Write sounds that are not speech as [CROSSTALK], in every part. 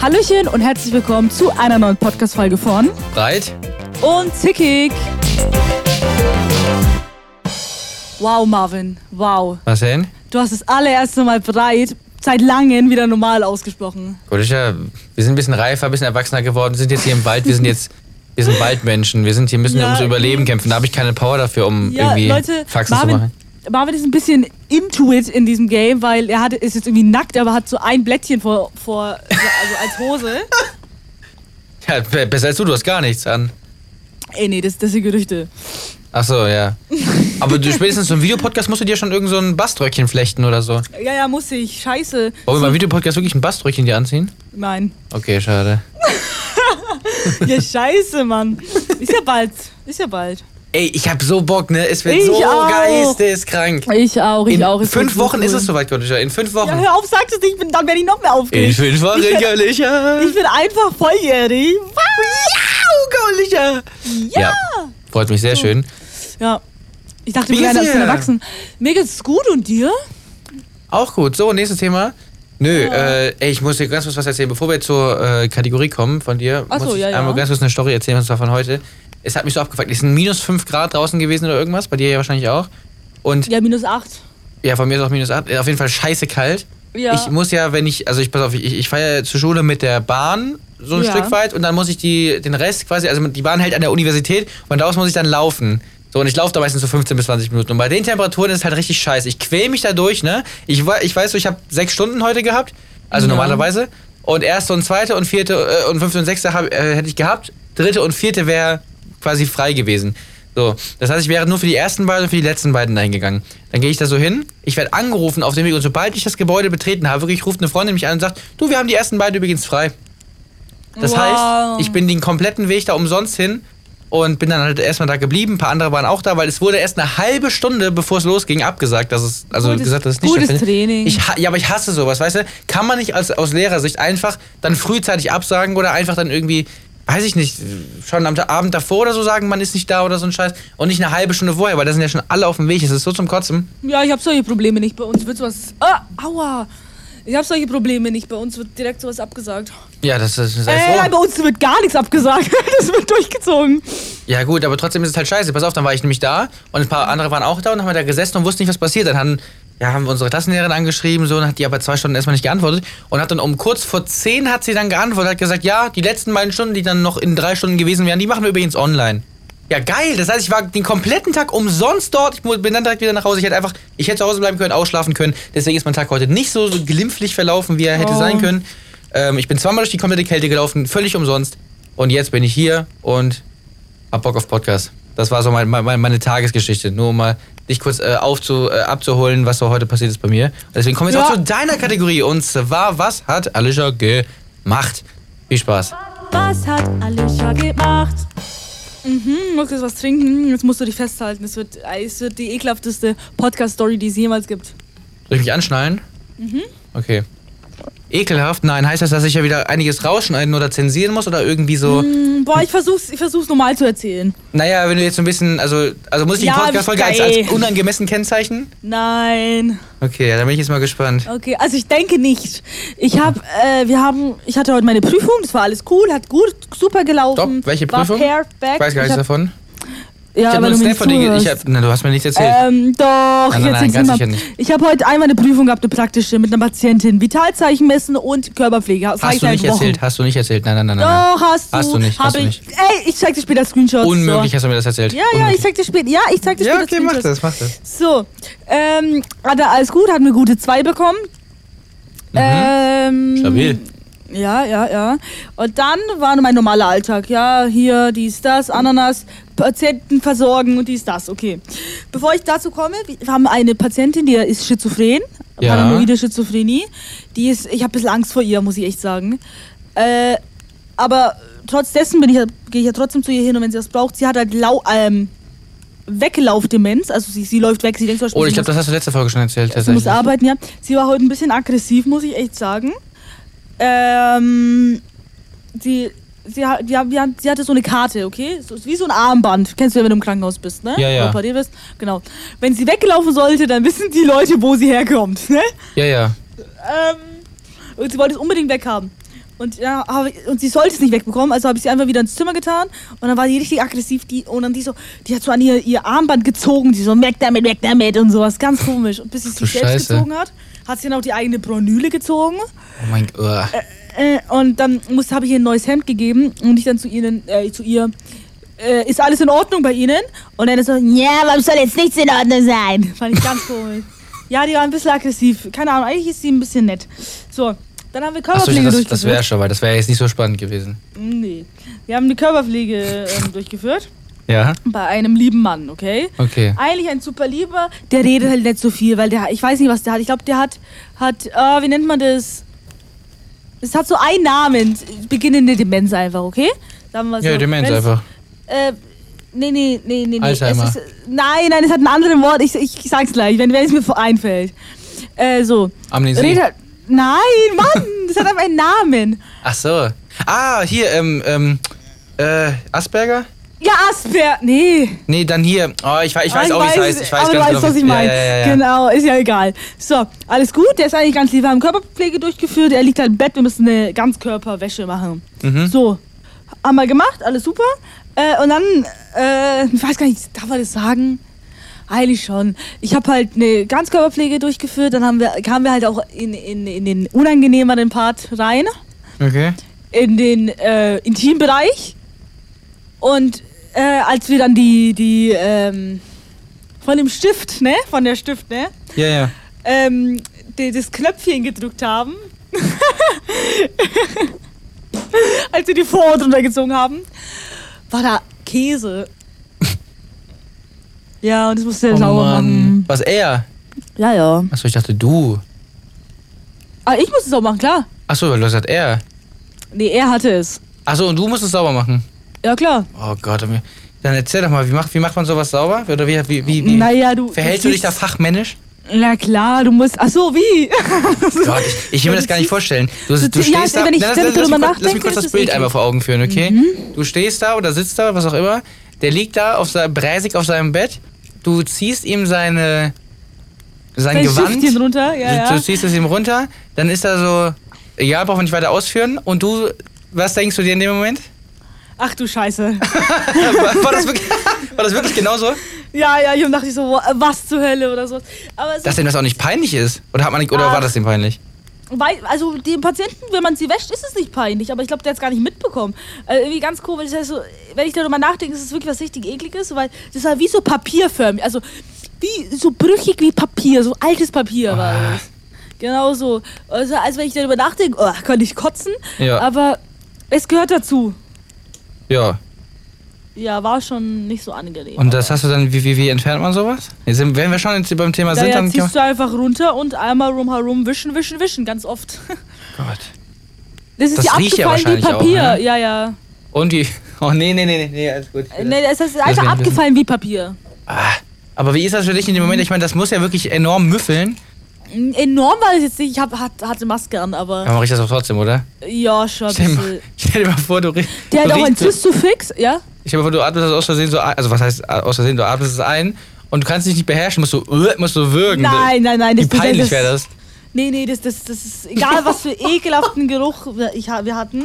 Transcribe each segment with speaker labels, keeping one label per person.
Speaker 1: Hallöchen und herzlich willkommen zu einer neuen Podcast-Folge von
Speaker 2: Breit?
Speaker 1: und Zickig. Wow, Marvin, wow.
Speaker 2: Was denn?
Speaker 1: Du hast das allererste Mal breit seit langem wieder normal ausgesprochen.
Speaker 2: Gut, ist ja, wir sind ein bisschen reifer, ein bisschen erwachsener geworden, sind jetzt hier im Wald, wir sind jetzt, wir sind Waldmenschen, wir sind hier, müssen
Speaker 1: Ja,
Speaker 2: ums Überleben kämpfen, da habe ich keine Power dafür, um
Speaker 1: Ja,
Speaker 2: irgendwie
Speaker 1: Leute,
Speaker 2: Faxen zu
Speaker 1: Marvin,
Speaker 2: machen.
Speaker 1: Marvin ist ein bisschen into it in diesem Game, weil er hat, ist jetzt irgendwie nackt, aber hat so ein Blättchen vor, vor also als [LAUGHS] Hose.
Speaker 2: Ja, be- besser als du, du hast gar nichts an.
Speaker 1: Ey, nee, das, das sind Gerüchte.
Speaker 2: Ach
Speaker 1: [LAUGHS]
Speaker 2: so, ja. Aber du spätestens zum Videopodcast musst du dir schon irgend so ein Baströckchen flechten oder so.
Speaker 1: Ja, ja, muss ich. Scheiße.
Speaker 2: Wollen wir beim Videopodcast wirklich ein Baströckchen dir anziehen?
Speaker 1: Nein.
Speaker 2: Okay, schade.
Speaker 1: Ja, scheiße, Mann. Ist ja bald. Ist ja bald.
Speaker 2: Ey, ich hab so Bock, ne? Es wird
Speaker 1: Ich
Speaker 2: so
Speaker 1: auch.
Speaker 2: geisteskrank.
Speaker 1: Ich auch, ich
Speaker 2: In
Speaker 1: auch. Ist
Speaker 2: fünf
Speaker 1: so
Speaker 2: Wochen
Speaker 1: cool.
Speaker 2: ist es soweit, Gott, in fünf Wochen.
Speaker 1: Ja, hör auf, sag das nicht, ich bin- dann werde ich noch mehr
Speaker 2: in
Speaker 1: aufgeregt.
Speaker 2: fünf
Speaker 1: [LAUGHS]
Speaker 2: Wochen, Görlicher.
Speaker 1: Ich bin einfach volljährig.
Speaker 2: Ja, Görlicher.
Speaker 1: Ja.
Speaker 2: Ja. Freut mich sehr schön.
Speaker 1: Ja. Ich dachte,
Speaker 2: Wie
Speaker 1: wir werden
Speaker 2: geht's
Speaker 1: als
Speaker 2: dir?
Speaker 1: erwachsen. Mir geht's gut und dir?
Speaker 2: Auch gut. So, nächstes Thema. Nö, äh, ey, ich muss dir ganz kurz was erzählen. Bevor wir zur äh, Kategorie kommen von dir,
Speaker 1: Ach so,
Speaker 2: muss ich
Speaker 1: ja, ja.
Speaker 2: einmal ganz kurz eine Story erzählen, und zwar von heute. Es hat mich so abgefuckt. Es sind minus 5 Grad draußen gewesen oder irgendwas, bei dir ja wahrscheinlich auch. Und ja,
Speaker 1: Ja, minus 8.
Speaker 2: von mir ist auch minus 8. Auf jeden Fall scheiße kalt.
Speaker 1: Ja.
Speaker 2: Ich muss ja, wenn ich, also ich pass auf, ich, ich fahre ja zur Schule mit der Bahn so ein
Speaker 1: Ja.
Speaker 2: Stück weit und dann muss ich die, den Rest quasi, also die Bahn hält an der Universität und daraus muss ich dann laufen. So, und ich laufe da meistens so 15 bis 20 Minuten. Und bei den Temperaturen ist es halt richtig scheiße. Ich quäl mich da durch, ne? Ich, wa- ich weiß so, ich habe sechs Stunden heute gehabt, also
Speaker 1: Ja.
Speaker 2: normalerweise. Und erste und zweite und vierte äh, und fünfte und sechste hab, äh, hätte ich gehabt. Dritte und vierte wäre quasi frei gewesen. So, das heißt, ich wäre nur für die ersten beiden und für die letzten beiden dahin gegangen. Dann gehe ich da so hin, ich werde angerufen auf dem Weg und sobald ich das Gebäude betreten habe, wirklich ruft eine Freundin mich an und sagt, du, wir haben die ersten beiden übrigens frei. Das
Speaker 1: Wow.
Speaker 2: heißt, ich bin den kompletten Weg da umsonst hin und bin dann halt erstmal da geblieben. Ein paar andere waren auch da, weil es wurde erst eine halbe Stunde, bevor es losging, abgesagt, dass es, also
Speaker 1: Gutes-
Speaker 2: gesagt, dass es nicht
Speaker 1: gutes
Speaker 2: stattfindet.
Speaker 1: Training.
Speaker 2: Ich, ha- ja, aber ich hasse sowas, weißt du? Kann man nicht als, aus Lehrersicht einfach dann frühzeitig absagen oder einfach dann irgendwie, weiß ich nicht, schon am Ta- Abend davor oder so sagen, man ist nicht da oder so ein Scheiß und nicht eine halbe Stunde vorher, weil da sind ja schon alle auf dem Weg. Es ist so zum Kotzen.
Speaker 1: Ja, ich hab solche Probleme nicht. Bei uns wird sowas. Ah, aua. Ich hab solche Probleme nicht. Bei uns wird direkt sowas abgesagt.
Speaker 2: Ja, das ist, das ist
Speaker 1: Äh, nein, bei uns wird gar nichts abgesagt. [LAUGHS] Das wird durchgezogen.
Speaker 2: Ja gut, aber trotzdem ist es halt scheiße. Pass auf, dann war ich nämlich da und ein paar andere waren auch da und haben da gesessen und wussten nicht, was passiert. Dann haben, ja, haben wir unsere Klassenlehrerin angeschrieben, so, und hat die aber zwei Stunden erstmal nicht geantwortet und hat dann um kurz vor zehn hat sie dann geantwortet, hat gesagt, ja, die letzten beiden Stunden, die dann noch in drei Stunden gewesen wären, die machen wir übrigens online. Ja, geil. Das heißt, ich war den kompletten Tag umsonst dort. Ich mu- bin dann direkt wieder nach Hause. Ich hätte einfach, ich hätte zu Hause bleiben können, ausschlafen können. Deswegen ist mein Tag heute nicht so, so glimpflich verlaufen, wie er hätte
Speaker 1: Oh.
Speaker 2: sein können. Ähm, ich bin zweimal durch die komplette Kälte gelaufen, völlig umsonst. Und jetzt bin ich hier und hab Bock auf Podcast. Das war so mein, mein, meine Tagesgeschichte. Nur um mal dich kurz äh, aufzu, äh, abzuholen, was so heute passiert ist bei mir. Deswegen kommen wir jetzt
Speaker 1: Ja.
Speaker 2: auch zu deiner Kategorie. Und zwar, was hat Alicia gemacht? Viel Spaß.
Speaker 1: Was hat Alicia gemacht? Mhm, muss jetzt was trinken. Jetzt musst du dich festhalten. Es wird, äh, es wird die ekelhafteste Podcast-Story, die es jemals gibt.
Speaker 2: Soll ich mich anschnallen? Mhm. Okay. Ekelhaft? Nein. Heißt das, dass ich ja wieder einiges rausschneiden oder zensieren muss? Oder irgendwie so.
Speaker 1: Hm, Boah, ich versuch's, ich versuch's normal zu erzählen.
Speaker 2: Naja, wenn du jetzt so ein bisschen. Also, also muss ich
Speaker 1: Ja,
Speaker 2: die Podcast-Folge als,
Speaker 1: geil.
Speaker 2: als unangemessen kennzeichnen?
Speaker 1: Nein.
Speaker 2: Okay, ja, dann bin ich jetzt mal gespannt.
Speaker 1: Okay, also ich denke nicht. Ich hab, äh, wir haben, ich hatte heute meine Prüfung, das war alles cool, hat gut, super gelaufen.
Speaker 2: Stopp, welche Prüfung?
Speaker 1: War perfekt.
Speaker 2: Ich weiß gar
Speaker 1: Ich
Speaker 2: nichts
Speaker 1: hab-
Speaker 2: davon.
Speaker 1: Ja,
Speaker 2: ich hab
Speaker 1: aber
Speaker 2: nur
Speaker 1: du
Speaker 2: einen
Speaker 1: mir
Speaker 2: Snap
Speaker 1: nicht
Speaker 2: von dir. ge- Ich hab,
Speaker 1: zuhörst.
Speaker 2: na, du hast mir nichts erzählt.
Speaker 1: Ähm, doch,
Speaker 2: nein,
Speaker 1: jetzt
Speaker 2: nein,
Speaker 1: nichts
Speaker 2: ganz
Speaker 1: immer.
Speaker 2: sicher nicht.
Speaker 1: Ich habe heute einmal eine Prüfung gehabt, eine praktische, mit einer Patientin. Vitalzeichen messen und Körperpflege. Das hab ich
Speaker 2: Hast du
Speaker 1: seit
Speaker 2: nicht
Speaker 1: Wochen.
Speaker 2: erzählt, hast du nicht erzählt. Nein, nein, nein, nein.
Speaker 1: Doch, hast du.
Speaker 2: Hast du nicht,
Speaker 1: hab
Speaker 2: hast du
Speaker 1: ich,
Speaker 2: nicht.
Speaker 1: Ey, ich zeig dir später Screenshots.
Speaker 2: Unmöglich
Speaker 1: So.
Speaker 2: hast du mir das erzählt.
Speaker 1: Ja, ja, ich zeig dir später. Ja, ich zeig dir
Speaker 2: Ja,
Speaker 1: später
Speaker 2: okay, mach
Speaker 1: Screenshots.
Speaker 2: das, mach das.
Speaker 1: So, ähm, hat er alles gut, hat eine gute 2 bekommen. Ähm,
Speaker 2: Stabil.
Speaker 1: Ja, ja, ja. Und dann war nur mein normaler Alltag. Ja, hier, dies, das, Ananas, Patienten versorgen und dies, das. Okay. Bevor ich dazu komme, wir haben eine Patientin, die ist schizophren,
Speaker 2: Ja.
Speaker 1: paranoide Schizophrenie. Die ist, ich habe ein bisschen Angst vor ihr, muss ich echt sagen. Äh, aber trotz dessen bin ich, ja- gehe ich ja trotzdem zu ihr hin und wenn sie was braucht, sie hat halt lau, ähm, Weglaufdemenz, also sie, sie läuft weg, sie denkt zum Beispiel,
Speaker 2: Oh,
Speaker 1: sie
Speaker 2: ich glaube,
Speaker 1: muss-
Speaker 2: das hast du letzte Folge schon erzählt.
Speaker 1: Sie muss
Speaker 2: Tatsächlich.
Speaker 1: arbeiten, ja. Sie war heute ein bisschen aggressiv, muss ich echt sagen. Ähm, sie, sie, ha- die, haben- die, haben- sie hatte so eine Karte, okay? So, ist wie so ein Armband. Kennst du ja, wenn du im Krankenhaus bist, ne?
Speaker 2: Ja, ja.
Speaker 1: Oder bei dir bist. Genau. Wenn sie weggelaufen sollte, dann wissen die Leute, wo sie herkommt, [LAUGHS] ne?
Speaker 2: Ja, ja.
Speaker 1: Ähm, und sie wollte es unbedingt weghaben. Und, ja, hab ich- und sie sollte es nicht wegbekommen, also habe ich sie einfach wieder ins Zimmer getan. Und dann war die richtig aggressiv. Die, und dann die so, die hat so an ihr, ihr Armband gezogen. Die so, weg damit, weg damit und sowas. Ganz komisch. Und bis sie
Speaker 2: du
Speaker 1: sich selbst
Speaker 2: Scheiße.
Speaker 1: gezogen hat, hat sie dann auch die eigene Bronüle gezogen.
Speaker 2: Oh mein Gott.
Speaker 1: Äh, und dann muss- habe ich ihr ein neues Hemd gegeben und ich dann zu ihnen, äh, zu ihr, äh, ist alles in Ordnung bei ihnen? Und dann ist so, ja, warum soll jetzt nichts in Ordnung sein? [LAUGHS] Fand ich ganz komisch. Ja, die war ein bisschen aggressiv. Keine Ahnung, eigentlich ist sie ein bisschen nett. So, dann haben wir
Speaker 2: Achso,
Speaker 1: Körperpflege
Speaker 2: das, das
Speaker 1: durchgeführt.
Speaker 2: wäre schon, weil das wäre jetzt nicht so spannend gewesen.
Speaker 1: nee. Wir haben eine Körperpflege ähm, durchgeführt
Speaker 2: Ja?
Speaker 1: bei einem lieben Mann, okay?
Speaker 2: Okay.
Speaker 1: Eigentlich ein super lieber, der redet halt nicht so viel, weil der, ich weiß nicht, was der hat. Ich glaube, der hat, hat, äh, wie nennt man das? Es hat so einen Namen, beginnende Demenz einfach, okay? Sagen wir so.
Speaker 2: Ja, Demenz
Speaker 1: Wenn es-
Speaker 2: einfach.
Speaker 1: Äh, nee, nee, nee, nee. nee.
Speaker 2: Alzheimer.
Speaker 1: Es ist, nein, nein, es hat einen anderen Wort. Ich, ich sag's gleich, wenn, wenn es mir vor- einfällt. Äh, so.
Speaker 2: Amnesie.
Speaker 1: Redet halt- nein, Mann, das hat einfach einen Namen.
Speaker 2: Ach so. Ah, hier, ähm, ähm, äh, Asperger?
Speaker 1: Ja, Asper. Nee.
Speaker 2: Nee, dann hier. Oh, ich, wei- ich weiß
Speaker 1: Ah,
Speaker 2: auch, wie es heißt. Ich weiß
Speaker 1: aber
Speaker 2: ganz
Speaker 1: du
Speaker 2: genau,
Speaker 1: weißt, was
Speaker 2: wie-
Speaker 1: ich meine.
Speaker 2: Ja, ja, ja, ja.
Speaker 1: Genau, ist ja egal. So, alles gut. Der ist eigentlich ganz lieb. Wir haben Körperpflege durchgeführt. Er liegt halt im Bett. Wir müssen eine Ganzkörperwäsche machen.
Speaker 2: Mhm.
Speaker 1: So, haben wir gemacht. Alles super. Äh, und dann, äh, ich weiß gar nicht, darf man das sagen? Eigentlich schon. Ich habe halt eine Ganzkörperpflege durchgeführt. Dann haben wir, kamen wir halt auch in, in, in den unangenehmeren Part rein
Speaker 2: Okay.
Speaker 1: in den äh, Intimbereich. Und äh, als wir dann die, die, ähm, von dem Stift, ne? Von der Stift, ne?
Speaker 2: Ja, ja.
Speaker 1: Ähm, die, das Knöpfchen gedrückt haben. [LAUGHS] als wir die Vorhaut runtergezogen haben, war da Käse. ja, und das musste er
Speaker 2: Oh
Speaker 1: sauber machen.
Speaker 2: Was er?
Speaker 1: Ja, ja.
Speaker 2: Achso, ich dachte du.
Speaker 1: Aber Ah, ich musste es sauber machen, klar.
Speaker 2: Achso, weil du hast gesagt er.
Speaker 1: Nee, er hatte es.
Speaker 2: Achso, und du musst es sauber machen.
Speaker 1: Ja, klar.
Speaker 2: Oh Gott, und wir- dann erzähl doch mal, wie macht, wie macht man sowas sauber? Oder wie, wie, wie, wie
Speaker 1: Naja, du-
Speaker 2: verhältst
Speaker 1: du
Speaker 2: du dich da
Speaker 1: siehst-
Speaker 2: fachmännisch?
Speaker 1: [LAUGHS] Na klar, du musst. Ach so, wie?
Speaker 2: Gott, ich, ich kann mir das gar nicht vorstellen. Du,
Speaker 1: Du
Speaker 2: du
Speaker 1: ziehst- ja,
Speaker 2: stehst da.
Speaker 1: wenn ich
Speaker 2: Nein,
Speaker 1: darüber
Speaker 2: lass, mich kurz- lass
Speaker 1: nachdenke,
Speaker 2: mich
Speaker 1: ist
Speaker 2: kurz das
Speaker 1: es eh Mhm.
Speaker 2: Bild
Speaker 1: eklig.
Speaker 2: einmal vor Augen führen, okay? Du stehst da oder sitzt da, was auch immer. Der liegt da auf seinem Breisig auf seinem Bett. Du ziehst ihm seine sein
Speaker 1: Dein
Speaker 2: Gewand.
Speaker 1: Stiftchen runter, ja,
Speaker 2: du,
Speaker 1: ja.
Speaker 2: du ziehst es ihm runter. Dann ist er so, egal, brauchen wir nicht weiter ausführen. Und du, was denkst du dir in dem Moment? [LAUGHS]
Speaker 1: Ach du [LAUGHS] Scheiße.
Speaker 2: War, war das wirklich, [LAUGHS] war das wirklich genau so?
Speaker 1: Ja, ja, ich hab dachte ich so, wo- was zur Hölle oder so. Aber es
Speaker 2: Dass dem das auch nicht peinlich ist? Oder hat man nicht, oder
Speaker 1: Ah.
Speaker 2: war das dem peinlich?
Speaker 1: weil, also dem Patienten, wenn man sie wäscht, ist es nicht peinlich, aber ich glaube, der hat es gar nicht mitbekommen. Also irgendwie ganz komisch. Das heißt so, wenn ich darüber nachdenke, ist es wirklich was richtig ekliges, weil das war wie so papierförmig, also wie so brüchig wie Papier, so altes Papier war
Speaker 2: Ah.
Speaker 1: das. Genau so. Also, als wenn ich darüber nachdenke, oh, kann ich kotzen,
Speaker 2: Ja.
Speaker 1: aber es gehört dazu.
Speaker 2: Ja.
Speaker 1: Ja, war schon nicht so angenehm.
Speaker 2: Und das hast du dann, wie, wie, wie entfernt man sowas? Jetzt sind, wenn wir schon jetzt beim Thema
Speaker 1: Da
Speaker 2: sind,
Speaker 1: ja,
Speaker 2: dann kann
Speaker 1: ziehst du einfach runter und einmal rumherum wischen, wischen, wischen, ganz oft.
Speaker 2: man, Gott.
Speaker 1: [LAUGHS] Das ist
Speaker 2: Das
Speaker 1: ja
Speaker 2: riecht ja
Speaker 1: abgefallen wie
Speaker 2: wahrscheinlich auch,
Speaker 1: Papier.
Speaker 2: ne?
Speaker 1: Ja, ja.
Speaker 2: Und die. Oh nee, nee, nee, nee, nee alles gut.
Speaker 1: Äh, Nee, es ist einfach
Speaker 2: wäre ein
Speaker 1: abgefallen wie Papier.
Speaker 2: Ah, aber wie ist das für dich in dem Moment? Ich meine, das muss ja wirklich enorm müffeln.
Speaker 1: Mm, Enorm war das jetzt nicht. Ich hab, hat, hatte Maske an, aber
Speaker 2: Aber man riecht das doch trotzdem, oder?
Speaker 1: ja, schon ein
Speaker 2: Stell dir
Speaker 1: bisschen.
Speaker 2: mal, stell dir mal vor, du riechst.
Speaker 1: Der
Speaker 2: du
Speaker 1: hat auch ein
Speaker 2: riechst so-
Speaker 1: Zystophix, ja?
Speaker 2: Ich habe vor, du atmest das aus Versehen so ein. Also was heißt aus Versehen, du atmest es ein und du kannst dich nicht beherrschen, musst du, äh, musst du würgen.
Speaker 1: Nein, nein, nein.
Speaker 2: Wie
Speaker 1: Das,
Speaker 2: peinlich wäre das?
Speaker 1: Nee, nee, das, das, das ist egal, was
Speaker 2: [LAUGHS]
Speaker 1: für ekelhaften Geruch wir, ich, ha- wir hatten.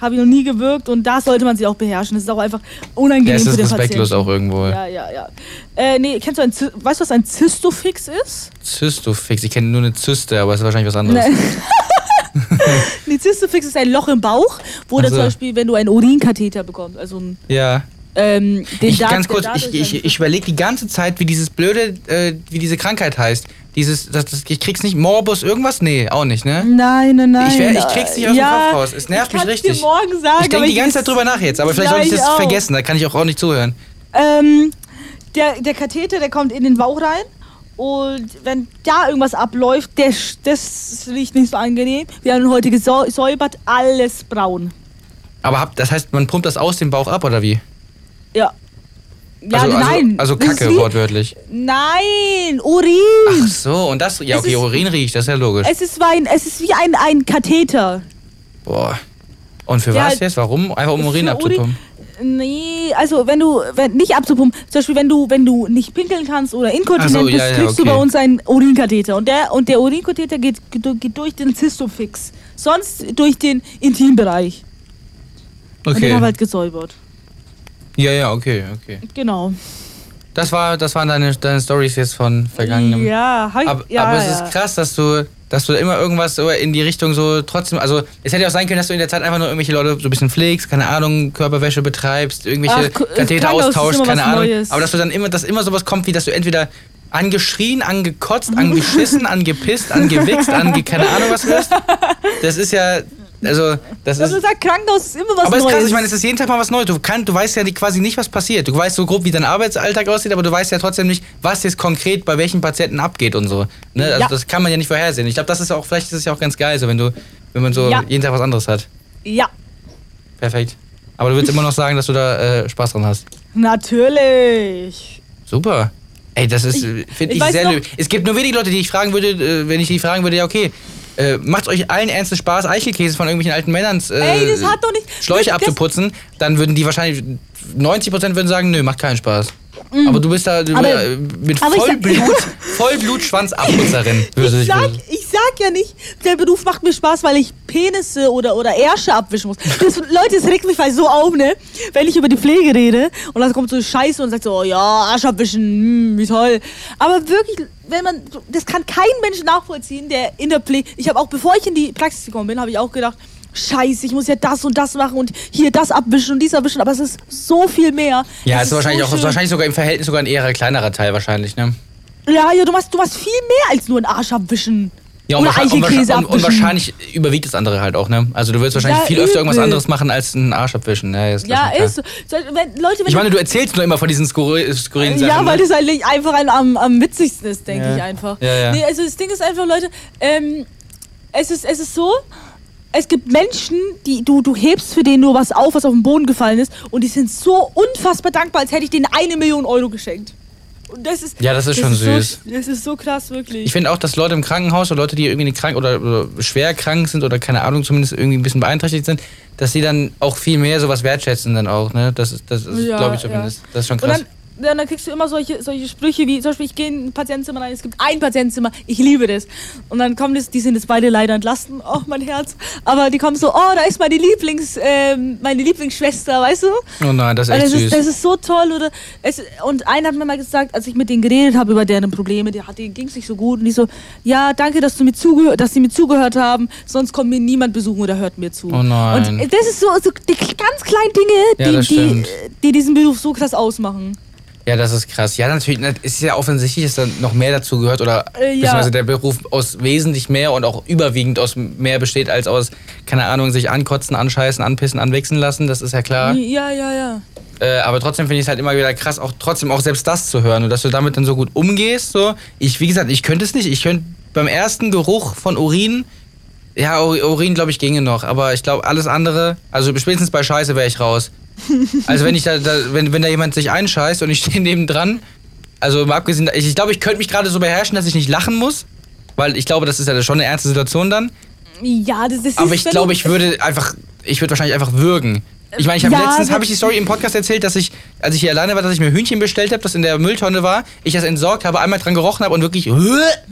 Speaker 1: Habe ich noch nie gewirkt und da sollte man sich auch beherrschen. Das ist auch einfach unangenehm
Speaker 2: Ja, es
Speaker 1: für
Speaker 2: ist
Speaker 1: den
Speaker 2: respektlos
Speaker 1: Patienten.
Speaker 2: auch irgendwo.
Speaker 1: Ja, ja, ja. Äh, nee, kennst du ein Zy Weißt du, was ein Zystofix ist?
Speaker 2: Zystofix. Ich kenne nur eine Zyste, aber es ist wahrscheinlich was anderes.
Speaker 1: Nein. [LAUGHS] nee, Zystofix ist ein Loch im Bauch, wo dann
Speaker 2: Ach so.
Speaker 1: zum Beispiel, wenn du einen Urinkatheter bekommst, also ein,
Speaker 2: Ja.
Speaker 1: ähm, den
Speaker 2: Ich,
Speaker 1: Darm-
Speaker 2: ganz kurz,
Speaker 1: der
Speaker 2: ich,
Speaker 1: dadurch
Speaker 2: ich, ich überlege die ganze Zeit, wie dieses blöde, äh, wie diese Krankheit heißt. Dieses, das, das, ich krieg's nicht. Morbus irgendwas? Nee, auch nicht, ne?
Speaker 1: Nein, nein, nein.
Speaker 2: Ich wär- ich krieg's nicht aus dem
Speaker 1: ja,
Speaker 2: Kopf raus. Es nervt
Speaker 1: ich
Speaker 2: mich
Speaker 1: kann's
Speaker 2: richtig.
Speaker 1: Dir morgen sagen,
Speaker 2: Ich denke
Speaker 1: aber
Speaker 2: die ganze
Speaker 1: weiß-
Speaker 2: Zeit drüber nach jetzt, aber vielleicht soll ich
Speaker 1: Ja,
Speaker 2: das
Speaker 1: auch.
Speaker 2: vergessen, da kann ich auch ordentlich zuhören.
Speaker 1: Ähm, der, der Katheter, der kommt in den Bauch rein. Und wenn da irgendwas abläuft, der, sch- das riecht nicht so angenehm. Wir haben ihn heute gesäubert, alles braun.
Speaker 2: Aber hab, das heißt, man pumpt das aus dem Bauch ab, oder wie?
Speaker 1: Ja. Ja,
Speaker 2: also,
Speaker 1: nein.
Speaker 2: Also, also
Speaker 1: das ist
Speaker 2: Kacke,
Speaker 1: wie-
Speaker 2: wortwörtlich.
Speaker 1: Nein, Urin.
Speaker 2: Ach so, und das. Ja,
Speaker 1: Es
Speaker 2: okay,
Speaker 1: ist-
Speaker 2: Urin riecht, das ist ja logisch.
Speaker 1: Es ist, wie ein, es ist wie ein, ein Katheter.
Speaker 2: Boah. Und für
Speaker 1: Ja,
Speaker 2: was
Speaker 1: halt-
Speaker 2: jetzt? Warum? Einfach um
Speaker 1: Für
Speaker 2: Urin
Speaker 1: Uri-
Speaker 2: abzupumpen.
Speaker 1: Nee, also wenn du, wenn, nicht abzupumpen, zum Beispiel wenn du, wenn du nicht pinkeln kannst oder inkontinent
Speaker 2: Ach so,
Speaker 1: bist,
Speaker 2: ja, ja,
Speaker 1: kriegst
Speaker 2: okay.
Speaker 1: du bei uns einen Urinkatheter. Und der, und der Urinkatheter geht, geht geht durch den Zistofix, sonst durch den Intimbereich. Und den haben wir
Speaker 2: Okay.
Speaker 1: halt gesäubert.
Speaker 2: Ja, ja, okay, okay.
Speaker 1: Genau.
Speaker 2: Das, war, das waren deine, deine Stories jetzt von vergangenem.
Speaker 1: Ja, hab ich,
Speaker 2: Ab,
Speaker 1: ja,
Speaker 2: aber es
Speaker 1: ja.
Speaker 2: ist krass, dass du, dass du immer irgendwas so in die Richtung so trotzdem. Also, es hätte ja auch sein können, dass du in der Zeit einfach nur irgendwelche Leute so ein bisschen pflegst, keine Ahnung, Körperwäsche betreibst, irgendwelche
Speaker 1: Ach, K-
Speaker 2: Katheter
Speaker 1: Krankenhaus ist
Speaker 2: austauschst,
Speaker 1: immer
Speaker 2: keine
Speaker 1: was
Speaker 2: Ahnung.
Speaker 1: Neues.
Speaker 2: Aber dass du dann immer, dass immer sowas kommt, wie dass du entweder angeschrien, angekotzt,
Speaker 1: [LAUGHS]
Speaker 2: angeschissen, angepisst, angewichst, ange, keine Ahnung was wirst. Das ist ja. Also, das,
Speaker 1: Das
Speaker 2: ist.
Speaker 1: ist halt Krankenhaus ist immer was
Speaker 2: Aber es
Speaker 1: Neues.
Speaker 2: ist krass, ich meine, es ist jeden Tag mal was Neues. Du, kann, du weißt ja die- quasi nicht, was passiert. Du weißt so grob, wie dein Arbeitsalltag aussieht, aber du weißt ja trotzdem nicht, was jetzt konkret bei welchen Patienten abgeht und so. Ne? Also
Speaker 1: Ja.
Speaker 2: das kann man ja nicht vorhersehen. Ich glaube, das ist ja auch, vielleicht ist es ja auch ganz geil, so wenn du, wenn man so
Speaker 1: Ja.
Speaker 2: jeden Tag was anderes hat.
Speaker 1: ja,
Speaker 2: Perfekt. Aber du willst immer noch sagen, dass du da äh, Spaß dran hast.
Speaker 1: natürlich.
Speaker 2: Super. Ey, das ist, finde
Speaker 1: Ich-
Speaker 2: ich,
Speaker 1: ich weiß
Speaker 2: sehr
Speaker 1: noch-
Speaker 2: lö- Es gibt nur wenige Leute, die ich fragen würde, äh, wenn ich die fragen würde, ja, okay, äh, macht euch allen ernstes Spaß, Eichelkäse von irgendwelchen alten Männern äh,
Speaker 1: Ey, das hat doch nicht.
Speaker 2: Schläuche
Speaker 1: das,
Speaker 2: abzuputzen, dann würden die wahrscheinlich 90% würden sagen, nö, macht keinen Spaß. Aber du bist da du,
Speaker 1: Mm. Aber-
Speaker 2: äh, mit
Speaker 1: aber ich sag- [LAUGHS]
Speaker 2: Vollblut, Vollblut-Schwanzabputzerin.
Speaker 1: Das,
Speaker 2: würde
Speaker 1: ich,
Speaker 2: ich-
Speaker 1: sag, ich sag ja nicht, der Beruf macht mir Spaß, weil ich Penisse oder, oder Ärsche abwischen muss. Das, Leute, das regt mich halt so auf, ne? Wenn ich über die Pflege rede und dann kommt so Scheiße und sagt so, oh ja, Arsch abwischen, mm, wie toll. Aber wirklich, wenn man, das kann kein Mensch nachvollziehen, der in der Pflege. Ich habe auch, bevor ich in die Praxis gekommen bin, habe ich auch gedacht, Scheiße, ich muss ja das und das machen und hier das abwischen und dies abwischen, aber es ist so viel mehr.
Speaker 2: Ja,
Speaker 1: Das
Speaker 2: ist wahrscheinlich
Speaker 1: so
Speaker 2: auch ist
Speaker 1: schön.
Speaker 2: wahrscheinlich sogar im Verhältnis sogar ein eher kleinerer Teil wahrscheinlich, ne?
Speaker 1: Ja, ja, du machst, du machst viel mehr als nur einen Arsch abwischen.
Speaker 2: Ja,
Speaker 1: Oder
Speaker 2: wahrscheinlich-
Speaker 1: Eichelkäse
Speaker 2: und, und
Speaker 1: abwischen.
Speaker 2: wahrscheinlich überwiegt das andere halt auch, ne? Also du würdest wahrscheinlich
Speaker 1: Ja,
Speaker 2: viel öfter irgendwas
Speaker 1: übel.
Speaker 2: anderes machen als einen Arsch abwischen. Ja, ist klar,
Speaker 1: Ja,
Speaker 2: schon klar.
Speaker 1: ist so. Zum Beispiel, Wenn, Leute, wenn
Speaker 2: Ich meine, du erzählst nur immer von diesen skurri- skurrilen Sachen.
Speaker 1: ja, weil
Speaker 2: ne?
Speaker 1: das eigentlich einfach ein, am, am witzigsten ist, denke
Speaker 2: Ja.
Speaker 1: ich einfach.
Speaker 2: Ja, ja.
Speaker 1: Nee, also das Ding ist einfach, Leute, ähm, es, ist, es ist so, es gibt Menschen, die du, du hebst für den nur was auf, was auf den Boden gefallen ist und die sind so unfassbar dankbar, als hätte ich denen eine Million Euro geschenkt. Und das ist,
Speaker 2: Ja, das ist schon süß.
Speaker 1: So, das ist so krass, wirklich.
Speaker 2: Ich finde auch, dass Leute im Krankenhaus oder Leute, die irgendwie krank oder, oder schwer krank sind oder keine Ahnung, zumindest irgendwie ein bisschen beeinträchtigt sind, dass sie dann auch viel mehr sowas wertschätzen dann auch, ne? Das ist, das ist
Speaker 1: Ja,
Speaker 2: glaube ich
Speaker 1: ja.
Speaker 2: zumindest. Das ist schon
Speaker 1: Und
Speaker 2: krass.
Speaker 1: dann, dann, dann kriegst du immer solche, solche Sprüche wie, zum Beispiel, ich gehe in ein Patientenzimmer rein, es gibt ein Patientenzimmer, ich liebe das. Und dann kommen das, die sind jetzt beide leider entlasten, oh mein Herz. Aber die kommen so, oh, da ist meine Lieblings, ähm, meine Lieblingsschwester, weißt du?
Speaker 2: oh nein, das ist
Speaker 1: Und
Speaker 2: echt
Speaker 1: das,
Speaker 2: süß.
Speaker 1: ist, das ist so toll, oder? Es, und einer hat mir mal gesagt, als ich mit denen geredet habe über deren Probleme, die hat, denen ging es nicht so gut. Und ich so, ja, danke, dass, du mir zuge dass sie mir zugehört haben, sonst kommt mir niemand besuchen oder hört mir zu.
Speaker 2: Oh nein.
Speaker 1: Und das ist so, so die ganz kleinen Dinge,
Speaker 2: Ja, das
Speaker 1: die, die,
Speaker 2: stimmt.
Speaker 1: die diesen Beruf so krass ausmachen.
Speaker 2: ja, das ist krass. Ja, natürlich, na, ist ja offensichtlich, dass da noch mehr dazu gehört oder
Speaker 1: Äh, ja.
Speaker 2: beziehungsweise der Beruf aus wesentlich mehr und auch überwiegend aus mehr besteht als aus, keine Ahnung, sich ankotzen, anscheißen, anpissen, anwichsen lassen. Das ist ja klar.
Speaker 1: Ja, ja, ja.
Speaker 2: Äh, aber trotzdem finde ich es halt immer wieder krass, auch trotzdem auch selbst das zu hören und dass du damit dann so gut umgehst. So, ich wie gesagt, ich könnte es nicht. Ich könnte beim ersten Geruch von Urin, ja Ur- Urin glaube ich ginge noch, aber ich glaube alles andere, also spätestens bei Scheiße wäre ich raus. Also wenn ich da, da wenn, wenn da jemand sich einscheißt und ich [LAUGHS] stehe neben dran, also mal abgesehen, ich, ich glaube, ich könnte mich gerade so beherrschen, dass ich nicht lachen muss, weil ich glaube, das ist ja schon eine ernste Situation dann.
Speaker 1: Ja, das ist
Speaker 2: Aber ich
Speaker 1: wenn
Speaker 2: glaube,
Speaker 1: du-
Speaker 2: ich würde einfach, ich würde wahrscheinlich einfach würgen. Ich meine, ich habe
Speaker 1: Ja,
Speaker 2: letztens
Speaker 1: das-
Speaker 2: habe ich die Story im Podcast erzählt, dass ich, als ich hier alleine war, dass ich mir Hühnchen bestellt habe, das in der Mülltonne war, ich das entsorgt habe, einmal dran gerochen habe und wirklich. [LAUGHS]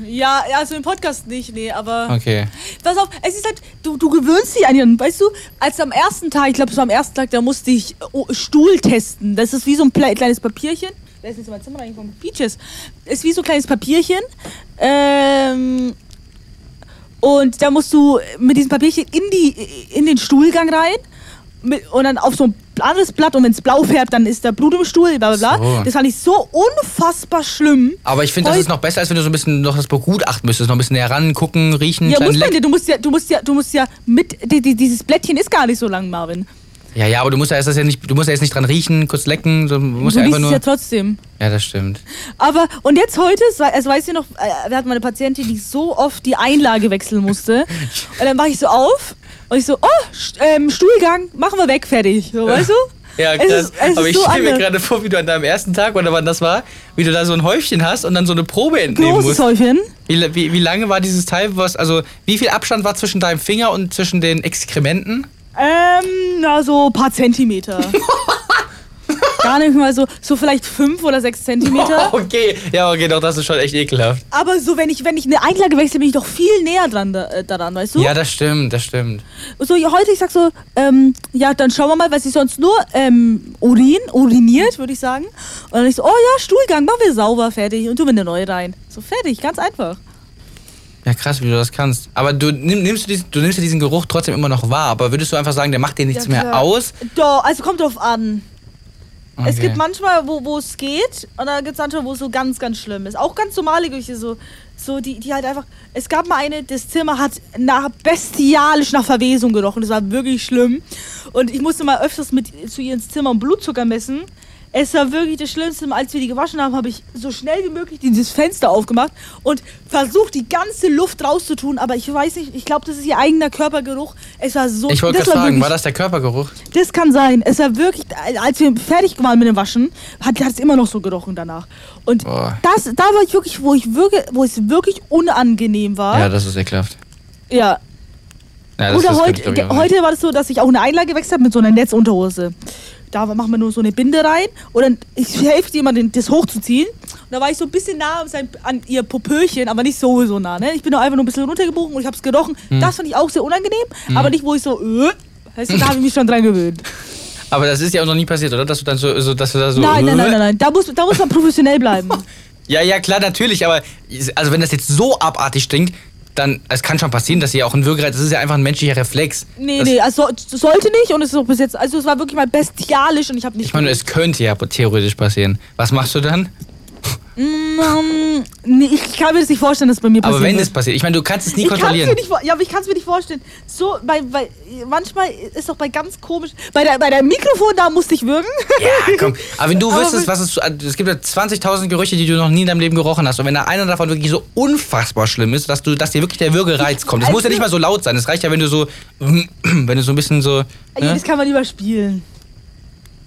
Speaker 1: Ja, ja, also im Podcast nicht, nee, aber.
Speaker 2: Okay.
Speaker 1: Pass auf, es ist halt, du, du gewöhnst dich an ihn. Weißt du, als am ersten Tag, ich glaube, es war am ersten Tag, da musste ich äh, oh, Stuhl testen. Das ist wie so ein ple- kleines Papierchen. Da ist jetzt in mein Zimmer reingekommen. Peaches. Ist wie so ein kleines Papierchen. Ähm. Und da musst du mit diesem Papierchen in, die, in den Stuhlgang rein. Mit, und dann auf so ein anderes Blatt. Und wenn es blau färbt, dann ist da Blut im Stuhl, bla bla bla.
Speaker 2: So.
Speaker 1: Das fand ich so unfassbar schlimm.
Speaker 2: Aber ich finde, das
Speaker 1: Heu-
Speaker 2: ist noch besser, als wenn du so ein bisschen noch das begutachten müsstest, noch ein bisschen herangucken, riechen,
Speaker 1: Ja,
Speaker 2: kleinen
Speaker 1: muss man
Speaker 2: Leck.
Speaker 1: ja, du musst ja, du musst ja, du musst ja mit, die, die, dieses Blättchen ist gar nicht so lang, Marvin.
Speaker 2: Ja, ja, aber du musst ja erst das ja nicht, du musst ja jetzt nicht dran riechen, kurz lecken, so, du musst
Speaker 1: du
Speaker 2: ja
Speaker 1: liest
Speaker 2: einfach nur.
Speaker 1: es ja trotzdem.
Speaker 2: ja, das stimmt.
Speaker 1: Aber, und jetzt heute, es war- also weißt du noch, äh, wir hatten mal eine Patientin, die so oft die Einlage wechseln
Speaker 2: [LAUGHS]
Speaker 1: musste. und dann mache ich so auf und ich so, oh, St- ähm, Stuhlgang, machen wir weg, fertig. So, weißt du?
Speaker 2: [LAUGHS] Ja,
Speaker 1: Es
Speaker 2: krass.
Speaker 1: ist- es
Speaker 2: aber
Speaker 1: ist
Speaker 2: ich
Speaker 1: so
Speaker 2: stelle mir
Speaker 1: anders.
Speaker 2: gerade vor, wie du an deinem ersten Tag oder wann das war, wie du da so ein Häufchen hast und dann so eine Probe entnehmen musst.
Speaker 1: Großes Häufchen.
Speaker 2: Wie, wie, wie lange war dieses Teil, was, also wie viel Abstand war zwischen deinem Finger und zwischen den Exkrementen?
Speaker 1: Ähm, na so ein paar
Speaker 2: [LAUGHS]
Speaker 1: Zentimeter. Gar nicht mal so, so vielleicht fünf oder sechs
Speaker 2: [LAUGHS]
Speaker 1: Zentimeter.
Speaker 2: Okay, ja, okay, doch, das ist schon echt ekelhaft.
Speaker 1: Aber so, wenn ich, wenn ich eine Einlage wechsle, bin ich doch viel näher dran, da, äh, daran, weißt du?
Speaker 2: Ja, das stimmt, das stimmt.
Speaker 1: So, ja, heute, ich sag so, ähm, ja, dann schauen wir mal, was sie sonst nur, ähm, Urin, uriniert, würde ich sagen. Und dann ich so, oh ja, Stuhlgang, machen wir sauber, fertig. Und tun wir eine neue rein. So, fertig, ganz einfach.
Speaker 2: Ja, krass, wie du das kannst. Aber du nimm, nimmst, du diesen, du nimmst ja diesen Geruch trotzdem immer noch wahr, aber würdest du einfach sagen, der macht dir nichts
Speaker 3: Ja,
Speaker 2: mehr
Speaker 3: klar.
Speaker 2: aus?
Speaker 1: Doch, also kommt drauf an. Es
Speaker 2: Okay.
Speaker 1: gibt manchmal, wo wo es geht, und dann gibt es manchmal, wo es so ganz, ganz schlimm ist. Auch ganz normale Gerüche, so, so die, die halt einfach. Es gab mal eine, das Zimmer hat nach bestialisch nach Verwesung gerochen. Das war wirklich schlimm. Und ich musste mal öfters mit zu ihr ins Zimmer und Blutzucker messen. Es war wirklich das Schlimmste. Als wir die gewaschen haben, habe ich so schnell wie möglich dieses Fenster aufgemacht und versucht, die ganze Luft rauszutun. Aber ich weiß nicht, ich glaube, das ist ihr eigener Körpergeruch. Es war so
Speaker 2: Ich wollte
Speaker 1: das
Speaker 2: gerade fragen,
Speaker 1: wirklich
Speaker 2: war das der Körpergeruch?
Speaker 1: das kann sein. Es war wirklich, als wir fertig waren mit dem Waschen, hat hat es immer noch so gerochen danach. Und
Speaker 2: Boah.
Speaker 1: das, da war ich wirklich, wo ich wirklich, wo es wirklich unangenehm war.
Speaker 2: das ist ekelhaft.
Speaker 1: Ja.
Speaker 2: Ja, das,
Speaker 1: Oder
Speaker 2: das
Speaker 1: heute,
Speaker 2: könnte ich, glaub ich,
Speaker 1: ge-
Speaker 2: auch
Speaker 1: heute war es so, dass ich auch eine Einlage gewechselt habe mit so einer Netzunterhose. Da machen wir nur so eine Binde rein und dann ich helfe jemandem, das hochzuziehen. Und da war ich so ein bisschen nah an, sein, an ihr Popöchen, aber nicht so, so nah. Ne? Ich bin nur einfach nur ein bisschen runtergebogen und ich habe es gerochen.
Speaker 2: Hm.
Speaker 1: Das fand ich auch sehr unangenehm, aber nicht, wo ich so, äh, weißt du, da habe ich mich schon dran gewöhnt.
Speaker 2: nicht. Aber das ist ja auch noch nie passiert, oder? Dass du dann so, so dass du da so.
Speaker 1: Nein, nein, nein,
Speaker 2: [LAUGHS]
Speaker 1: nein, nein. Da muss, da muss man professionell bleiben.
Speaker 2: Ja, ja, klar, natürlich, aber also wenn das jetzt so abartig stinkt, dann es kann schon passieren, dass ihr auch ein Würgereiz, das ist ja einfach ein menschlicher Reflex.
Speaker 1: [LAUGHS] Nee,
Speaker 2: das,
Speaker 1: nee, also so- sollte nicht und es ist auch bis jetzt, also es war wirklich mal bestialisch und ich habe nicht.
Speaker 2: Ich meine, es könnte ja theoretisch passieren. Was machst du dann?
Speaker 1: Ähm, nee, ich kann mir das nicht vorstellen, dass es bei mir passiert.
Speaker 2: Aber wenn
Speaker 1: wird.
Speaker 2: es passiert, ich meine, du kannst es nie
Speaker 1: ich kann's
Speaker 2: kontrollieren.
Speaker 1: mir nicht vor ja, aber ich kann es mir nicht vorstellen. So, bei, bei, manchmal ist doch bei ganz komisch. Bei der, bei der Mikrofon da musste ich würgen. [LAUGHS]
Speaker 2: Ja, komm. Aber wenn du
Speaker 1: Aber
Speaker 2: wüsstest,
Speaker 1: wenn-
Speaker 2: was es. also, Es gibt ja 20.000 Gerüche, die du noch nie in deinem Leben gerochen hast. Und wenn da einer davon wirklich so unfassbar schlimm ist, dass, du, dass dir wirklich der Würgereiz kommt. Es
Speaker 1: Also-
Speaker 2: muss ja nicht mal so laut sein. Es reicht ja, wenn du so. [CLEARS THROAT] Wenn du so ein bisschen so.
Speaker 1: Ja,
Speaker 2: Ne?
Speaker 1: Das kann man überspielen.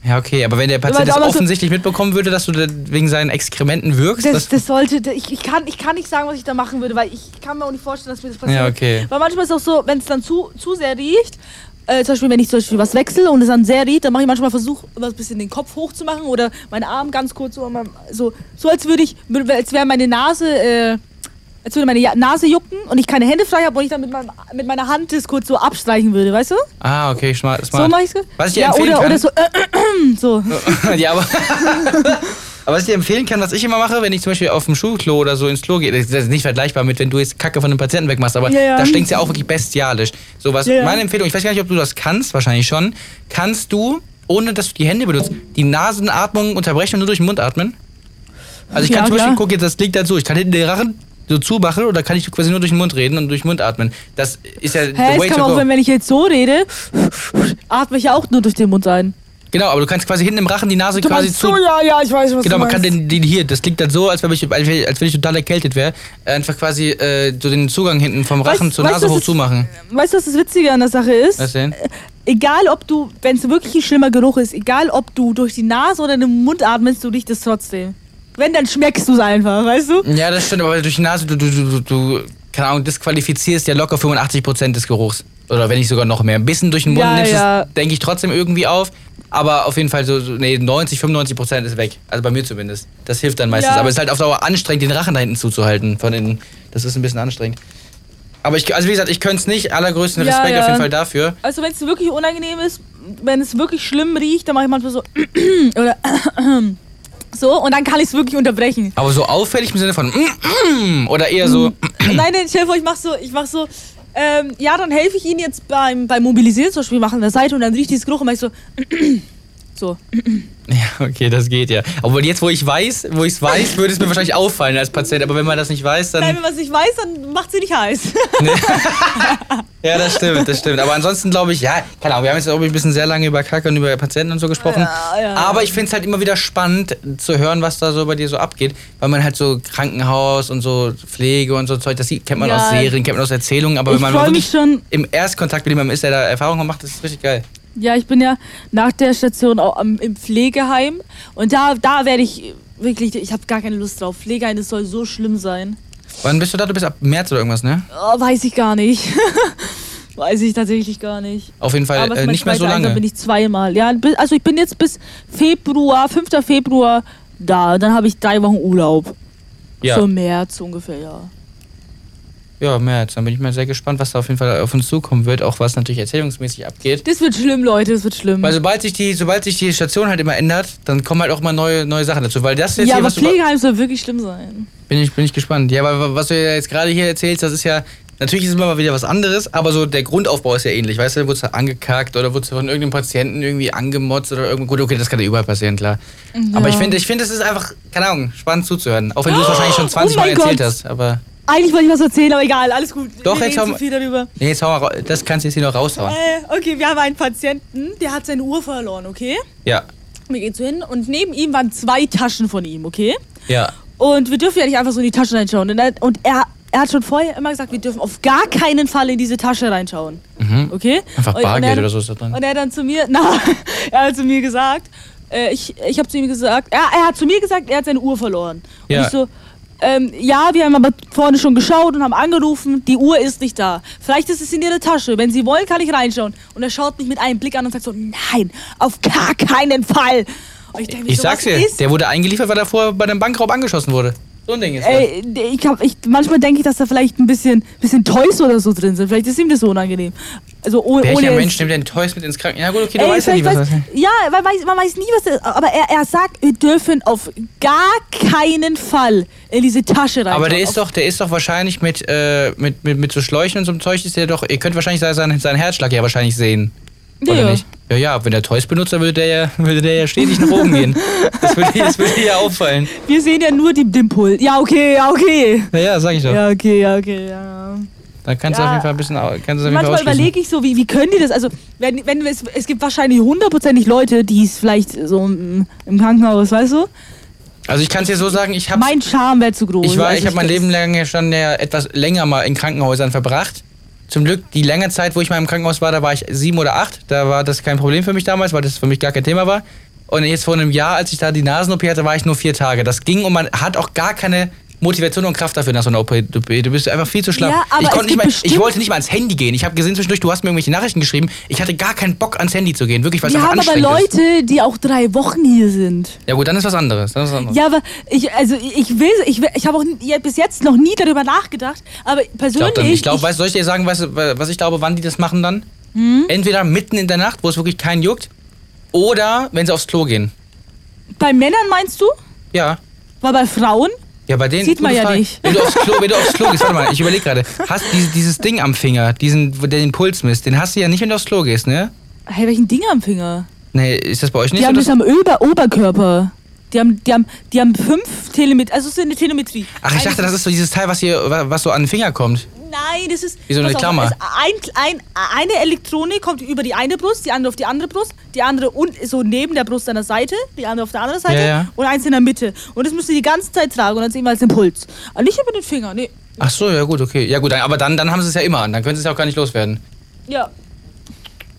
Speaker 2: Ja, okay. Aber wenn der Patient
Speaker 1: da
Speaker 2: das
Speaker 1: mal so-
Speaker 2: offensichtlich mitbekommen würde, dass du da wegen seinen Exkrementen wirkst.
Speaker 1: Das,
Speaker 2: Das,
Speaker 1: das sollte, da- ich, ich, kann, ich kann nicht sagen, was ich da machen würde, weil ich kann mir auch nicht vorstellen, dass mir das passiert.
Speaker 2: Ja, okay.
Speaker 1: Weil manchmal ist es auch so, wenn es dann zu, zu sehr riecht, äh, zum Beispiel, wenn ich zum Beispiel was wechsle und es dann sehr riecht, dann mache ich manchmal Versuch, was bisschen den Kopf hochzumachen oder meinen Arm ganz kurz so, an meinem- so, so als würde ich, als wäre meine Nase, äh, als würde meine Ja- Nase jucken und ich keine Hände frei habe und ich dann mit, meinem, mit meiner Hand das kurz so abstreichen würde, weißt du?
Speaker 2: ah, okay. Smart.
Speaker 1: So
Speaker 2: smart.
Speaker 1: mache ich es.
Speaker 2: Was ich dir
Speaker 1: ja,
Speaker 2: empfehlen
Speaker 1: oder,
Speaker 2: kann.
Speaker 1: oder so, äh, äh, so. [CLEARS THROAT]
Speaker 2: [LAUGHS] ja, aber. Aber was ich dir empfehlen kann, was ich immer mache, wenn ich zum Beispiel auf dem Schuhklo oder so ins Klo gehe, das ist jetzt nicht vergleichbar mit, wenn du jetzt Kacke von einem Patienten wegmachst, aber
Speaker 1: Ja, ja.
Speaker 2: da stinkt es ja auch wirklich bestialisch. So was,
Speaker 1: Ja, ja.
Speaker 2: meine Empfehlung, ich weiß gar nicht, ob du das kannst, wahrscheinlich schon, kannst du, ohne dass du die Hände benutzt, die Nasenatmung unterbrechen und nur durch den Mund atmen? Also ich kann
Speaker 1: Ja,
Speaker 2: zum Beispiel,
Speaker 1: klar.
Speaker 2: guck jetzt, das liegt dazu, ich kann hinten den Rachen so zumachen oder kann ich quasi nur durch den Mund reden und durch den Mund atmen. Das ist ja
Speaker 1: Hä, es kann auch, wenn, wenn ich jetzt so rede, [SNIFFS] atme ich ja auch nur durch den Mund ein.
Speaker 2: Genau, aber du kannst quasi hinten im Rachen die Nase
Speaker 1: Du
Speaker 2: quasi
Speaker 1: meinst
Speaker 2: zu...
Speaker 1: so, ja, ja, ich weiß, was
Speaker 2: Genau,
Speaker 1: du
Speaker 2: man kann
Speaker 1: meinst.
Speaker 2: den, den hier, das klingt dann so, als wenn ich, als wenn ich- als wenn ich total erkältet wäre, einfach quasi äh, so den Zugang hinten vom
Speaker 1: Weißt-
Speaker 2: Rachen zur
Speaker 1: weißt
Speaker 2: Nase
Speaker 1: du,
Speaker 2: hoch
Speaker 1: das-
Speaker 2: zumachen.
Speaker 1: Weißt du, was das Witzige an der Sache ist? Äh,
Speaker 2: Was denn?
Speaker 1: Egal, ob du, wenn es wirklich ein schlimmer Geruch ist, egal, ob du durch die Nase oder den Mund atmest, du riechst es trotzdem. Wenn, dann schmeckst du es einfach, weißt du?
Speaker 2: Ja, das stimmt, aber durch die Nase, du, du, du, du, du keine Ahnung, disqualifizierst ja locker 85% des Geruchs. Oder wenn nicht sogar noch mehr. Ein bisschen durch den Mund
Speaker 1: Ja,
Speaker 2: nimmst
Speaker 1: ja.
Speaker 2: es, denke ich, trotzdem irgendwie auf. Aber auf jeden Fall so, so nee, 90, 95% ist weg. Also bei mir zumindest. Das hilft dann meistens.
Speaker 1: Ja.
Speaker 2: Aber es ist halt auf Dauer anstrengend, den Rachen da hinten zuzuhalten von innen. Das ist ein bisschen anstrengend. Aber ich, also wie gesagt, ich könnte es nicht. Allergrößten
Speaker 1: Ja,
Speaker 2: Respekt auf
Speaker 1: ja.
Speaker 2: jeden Fall dafür.
Speaker 1: Also, wenn es wirklich unangenehm ist, wenn es wirklich schlimm riecht, dann mache ich manchmal so [CLEARS THROAT] oder so und dann kann ich es wirklich
Speaker 2: [CLEARS THROAT]
Speaker 1: unterbrechen.
Speaker 2: Aber so auffällig im Sinne von mm, mm, oder eher so.
Speaker 1: Nein, nein, stell dir vor, ich mach so, ich mach so, ähm, ja, dann helfe ich Ihnen jetzt beim, beim Mobilisieren, zum Beispiel, wir machen an der Seite und dann riecht dieses Geruch und mach ich so, [CLEARS THROAT] so.
Speaker 2: Ja, okay, das geht ja. Obwohl jetzt, wo ich weiß, wo ich es
Speaker 1: [LAUGHS]
Speaker 2: weiß, würde es mir wahrscheinlich auffallen als Patient. Aber wenn man das nicht weiß,
Speaker 1: Nein,
Speaker 2: dann.
Speaker 1: wenn man es nicht weiß, dann macht sie nicht heiß.
Speaker 2: Ja, das stimmt, das stimmt. Aber ansonsten glaube ich, ja, keine Ahnung, wir haben jetzt glaube ich ein bisschen sehr lange über Kacke und über Patienten und so gesprochen.
Speaker 1: Ja, ja.
Speaker 2: Aber ich finde es halt immer wieder spannend zu hören, was da so bei dir so abgeht, weil man halt so Krankenhaus und so Pflege und so Zeug, das sieht- kennt man
Speaker 1: Ja.
Speaker 2: aus Serien, kennt man aus Erzählungen, aber
Speaker 1: Ich
Speaker 2: wenn man
Speaker 1: freu
Speaker 2: wirklich
Speaker 1: mich schon.
Speaker 2: im Erstkontakt mit jemandem ist, der da Erfahrungen macht, das ist richtig geil.
Speaker 1: Ja, ich bin ja nach der Station auch am, im Pflegeheim und da, da werde ich wirklich, ich habe gar keine Lust drauf. Pflegeheim, das soll so schlimm sein.
Speaker 2: Wann bist du da? Du bist ab März oder irgendwas, ne?
Speaker 1: Oh, [LAUGHS] weiß ich gar nicht.
Speaker 4: Weiß ich tatsächlich gar nicht.
Speaker 2: Auf jeden Fall
Speaker 4: es
Speaker 2: äh,
Speaker 4: ist mein
Speaker 2: nicht mehr so
Speaker 4: zweiter Einsatz,
Speaker 2: lange.
Speaker 4: bin ich zweimal. Ja, bi- also ich bin jetzt bis Februar, 5. Februar da. Dann habe ich drei Wochen Urlaub.
Speaker 2: Ja.
Speaker 4: So im März ungefähr, ja.
Speaker 2: ja, März. Dann bin ich mal sehr gespannt, was da auf jeden Fall auf uns zukommen wird, auch was natürlich erzählungsmäßig abgeht.
Speaker 4: Das wird schlimm, Leute, das wird schlimm.
Speaker 2: Weil sobald sich die, sobald sich die Station halt immer ändert, dann kommen halt auch immer neue, neue Sachen dazu. Weil das jetzt hier,
Speaker 4: ja, aber
Speaker 2: was du,
Speaker 4: Pflegeheim soll wirklich schlimm sein.
Speaker 2: bin ich, bin ich gespannt. Ja, aber was du ja jetzt gerade hier erzählst, das ist ja, natürlich ist es immer mal wieder was anderes, aber so der Grundaufbau ist ja ähnlich. Weißt du, wurdest du angekackt oder wurdest du von irgendeinem Patienten irgendwie angemotzt oder irgendwo. Gut, okay, das kann ja überall passieren, klar. Aber ich finde, ich finde, es ist einfach, keine Ahnung, spannend zuzuhören. Auch wenn du es wahrscheinlich schon 20 Mal
Speaker 4: Oh mein
Speaker 2: erzählt
Speaker 4: Gott.
Speaker 2: hast, aber.
Speaker 4: Eigentlich wollte ich was erzählen, aber egal, alles gut.
Speaker 2: Doch,
Speaker 4: wir
Speaker 2: jetzt
Speaker 4: reden
Speaker 2: haben- Ah.
Speaker 4: zu viel darüber.
Speaker 2: Nee, jetzt hau mal, ra- das kannst du jetzt hier noch raushauen.
Speaker 4: Äh, okay, wir haben einen Patienten, der hat seine Uhr verloren, okay?
Speaker 2: Ja.
Speaker 4: Wir gehen zu hin und neben ihm waren zwei Taschen von ihm, okay?
Speaker 2: Ja.
Speaker 4: Und wir dürfen ja nicht einfach so in die Taschen reinschauen. Und er, und er, er hat schon vorher immer gesagt, wir dürfen auf gar keinen Fall in diese Tasche reinschauen.
Speaker 2: Mhm.
Speaker 4: Okay?
Speaker 2: Einfach
Speaker 4: Und- und
Speaker 2: Bargeld
Speaker 4: er-
Speaker 2: oder so ist da drin.
Speaker 4: Und er hat dann zu mir, [LAUGHS] na, er hat zu mir gesagt, äh, ich, ich habe zu ihm gesagt, er, er hat zu mir gesagt, er hat seine Uhr verloren. Und
Speaker 2: Ja.
Speaker 4: ich so, ähm, ja, wir haben aber vorne schon geschaut und haben angerufen, die Uhr ist nicht da. Vielleicht ist es in ihrer Tasche. Wenn sie wollen, kann ich reinschauen. Und er schaut mich mit einem Blick an und sagt so, nein, auf gar keinen Fall. Und ich, denk mir
Speaker 2: Ich
Speaker 4: so,
Speaker 2: sag's
Speaker 4: was
Speaker 2: dir,
Speaker 4: ist
Speaker 2: der wurde eingeliefert, weil er vorher bei einem Bankraub angeschossen wurde. So ein Ding ist das.
Speaker 4: Ey, ich hab, ich, manchmal denke ich, dass da vielleicht ein bisschen, bisschen Toys oder so drin sind. Vielleicht ist ihm das so unangenehm. Also oh, ohne.
Speaker 2: Welcher
Speaker 4: jetzt-
Speaker 2: Mensch nimmt denn Toys mit ins Krankenhaus? Ja gut, okay, du
Speaker 4: Ey,
Speaker 2: weißt ja nicht,
Speaker 4: vielleicht
Speaker 2: was
Speaker 4: weiß,
Speaker 2: das ist.
Speaker 4: Ja, man weiß, man weiß nie, was das ist. Aber er, er sagt, wir dürfen auf gar keinen Fall in diese Tasche rein.
Speaker 2: Aber der ist doch, der ist doch wahrscheinlich mit, äh, mit, mit, mit so Schläuchen und so einem Zeug ist der doch. Ihr könnt wahrscheinlich seinen, seinen Herzschlag ja wahrscheinlich sehen.
Speaker 4: Ja,
Speaker 2: oder
Speaker 4: ja.
Speaker 2: nicht? Ja, ja, wenn der Toys benutzt, dann würde der ja, würde der ja stetig nach oben gehen. Das würde, das würde ja auffallen.
Speaker 4: Wir sehen ja nur die, den Pull. Ja, okay, [LAUGHS] ja, okay.
Speaker 2: Ja, ja, sag ich doch.
Speaker 4: Ja, okay, ja, okay, ja.
Speaker 2: Da kannst du
Speaker 4: Ja.
Speaker 2: auf jeden Fall ein bisschen au- kannst du auf jeden Fall
Speaker 4: Manchmal
Speaker 2: ausschließen.
Speaker 4: überlege ich so, wie, wie können die das? Also, wenn, wenn es, es gibt wahrscheinlich hundertprozentig Leute, die es vielleicht so im, im Krankenhaus, weißt du?
Speaker 2: Also ich kann es dir so sagen, ich habe
Speaker 4: Mein Charme wäre zu groß.
Speaker 2: Ich war,
Speaker 4: Also
Speaker 2: ich habe mein
Speaker 4: glaub,
Speaker 2: Leben lang ja schon ja etwas länger mal in Krankenhäusern verbracht. Zum Glück, die lange Zeit, wo ich mal im Krankenhaus war, da war ich sieben oder acht. Da war das kein Problem für mich damals, weil das für mich gar kein Thema war. Und jetzt vor einem Jahr, als ich da die Nasen-OP hatte, war ich nur vier Tage. Das ging und man hat auch gar keine Motivation und Kraft dafür nach so einer OP. Du du bist einfach viel zu schlapp.
Speaker 4: Ja, aber
Speaker 2: ich,
Speaker 4: es
Speaker 2: konnte nicht
Speaker 4: gibt
Speaker 2: mal, ich
Speaker 4: bestimmt-
Speaker 2: wollte nicht mal ans Handy gehen. Ich habe gesehen zwischendurch, du hast mir irgendwelche Nachrichten geschrieben. Ich hatte gar keinen Bock, ans Handy zu gehen. Wirklich, weil es
Speaker 4: Wir
Speaker 2: einfach
Speaker 4: haben aber
Speaker 2: anstrengend ist.
Speaker 4: Leute, die auch drei Wochen hier sind.
Speaker 2: Ja gut, dann ist was anderes. Dann ist was anderes.
Speaker 4: Ja, aber ich, also ich will, ich, will- ich habe auch nie- ja, bis jetzt noch nie darüber nachgedacht, aber persönlich.
Speaker 2: glaub dann, ich glaube, weißt du, soll ich dir sagen, weißt, du, was ich glaube, wann die das machen dann?
Speaker 4: Hm?
Speaker 2: Entweder mitten in der Nacht, wo es wirklich keinen juckt, oder wenn sie aufs Klo gehen.
Speaker 4: bei Männern meinst du?
Speaker 2: Ja.
Speaker 4: Weil bei Frauen?
Speaker 2: Ja, bei denen.
Speaker 4: Sieht man
Speaker 2: gute
Speaker 4: ja
Speaker 2: Frage.
Speaker 4: nicht.
Speaker 2: Wenn du aufs Klo, wenn du aufs Klo gehst, warte mal, ich überlege
Speaker 4: [LAUGHS]
Speaker 2: gerade. Hast dieses, dieses Ding am Finger, diesen, wo der den Puls misst, den hast du ja nicht, wenn du aufs Klo gehst, ne?
Speaker 4: Hey, welchen Ding am Finger?
Speaker 2: Nee, ist das bei euch
Speaker 4: Die
Speaker 2: nicht so?
Speaker 4: haben das
Speaker 2: dass-
Speaker 4: am Ober Oberkörper. Die haben, die haben, die haben fünf Telemetrie, also es ist eine Telemetrie.
Speaker 2: Ach, ich dachte, das ist so dieses Teil, was hier, wa- was so an den Finger kommt.
Speaker 4: Nein, das ist.
Speaker 2: Wie so eine
Speaker 4: pass auf,
Speaker 2: Klammer.
Speaker 4: es ist Ein, ein, eine Elektronik kommt über die eine Brust, die andere auf die andere Brust, die andere und so neben der Brust an der Seite, die andere auf der anderen Seite
Speaker 2: Ja, ja.
Speaker 4: und eins in der Mitte. Und das müssen die die ganze Zeit tragen und dann sehen wir als Impuls. Aber nicht über den Finger, nee. [LAUGHS]
Speaker 2: Ach so, ja gut, okay. Ja gut, dann, aber dann, dann haben sie es ja immer an, dann können sie es ja auch gar nicht loswerden.
Speaker 4: Ja.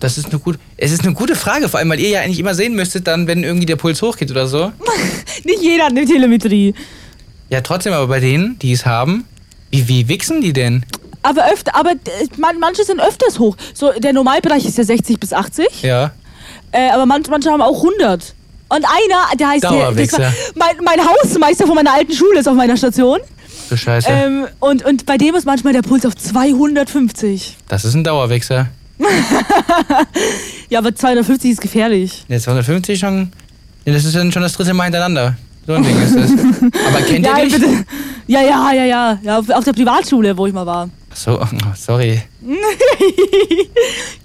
Speaker 2: Das ist eine gute, es ist eine gute Frage, vor allem, weil ihr ja eigentlich immer sehen müsstet, dann, wenn irgendwie der Puls hochgeht oder so.
Speaker 4: Nicht jeder hat eine Telemetrie.
Speaker 2: Ja, trotzdem, aber bei denen, die es haben, wie, wie wichsen die denn?
Speaker 4: Aber öfter, aber äh, man, manche sind öfters hoch. So, der Normalbereich ist ja 60 bis 80,
Speaker 2: Ja.
Speaker 4: äh, aber manche, manche haben auch 100. Und einer, der heißt der, das
Speaker 2: Dauerwichser.
Speaker 4: war, mein, mein Hausmeister von meiner alten Schule ist auf meiner Station.
Speaker 2: Du Scheiße.
Speaker 4: Ähm, und, und bei dem ist manchmal der Puls auf 250.
Speaker 2: Das ist ein Dauerwichser.
Speaker 4: Ja, aber 250 ist gefährlich.
Speaker 2: Jetzt 250 schon. Ja, das ist dann schon das dritte Mal hintereinander. So ein Ding ist
Speaker 4: [LAUGHS]
Speaker 2: das. Aber kennt
Speaker 4: ja,
Speaker 2: ihr dich?
Speaker 4: bitte. ja, ja, ja, ja. ja auf, auf der Privatschule, wo ich mal war.
Speaker 2: Ach So, oh, sorry.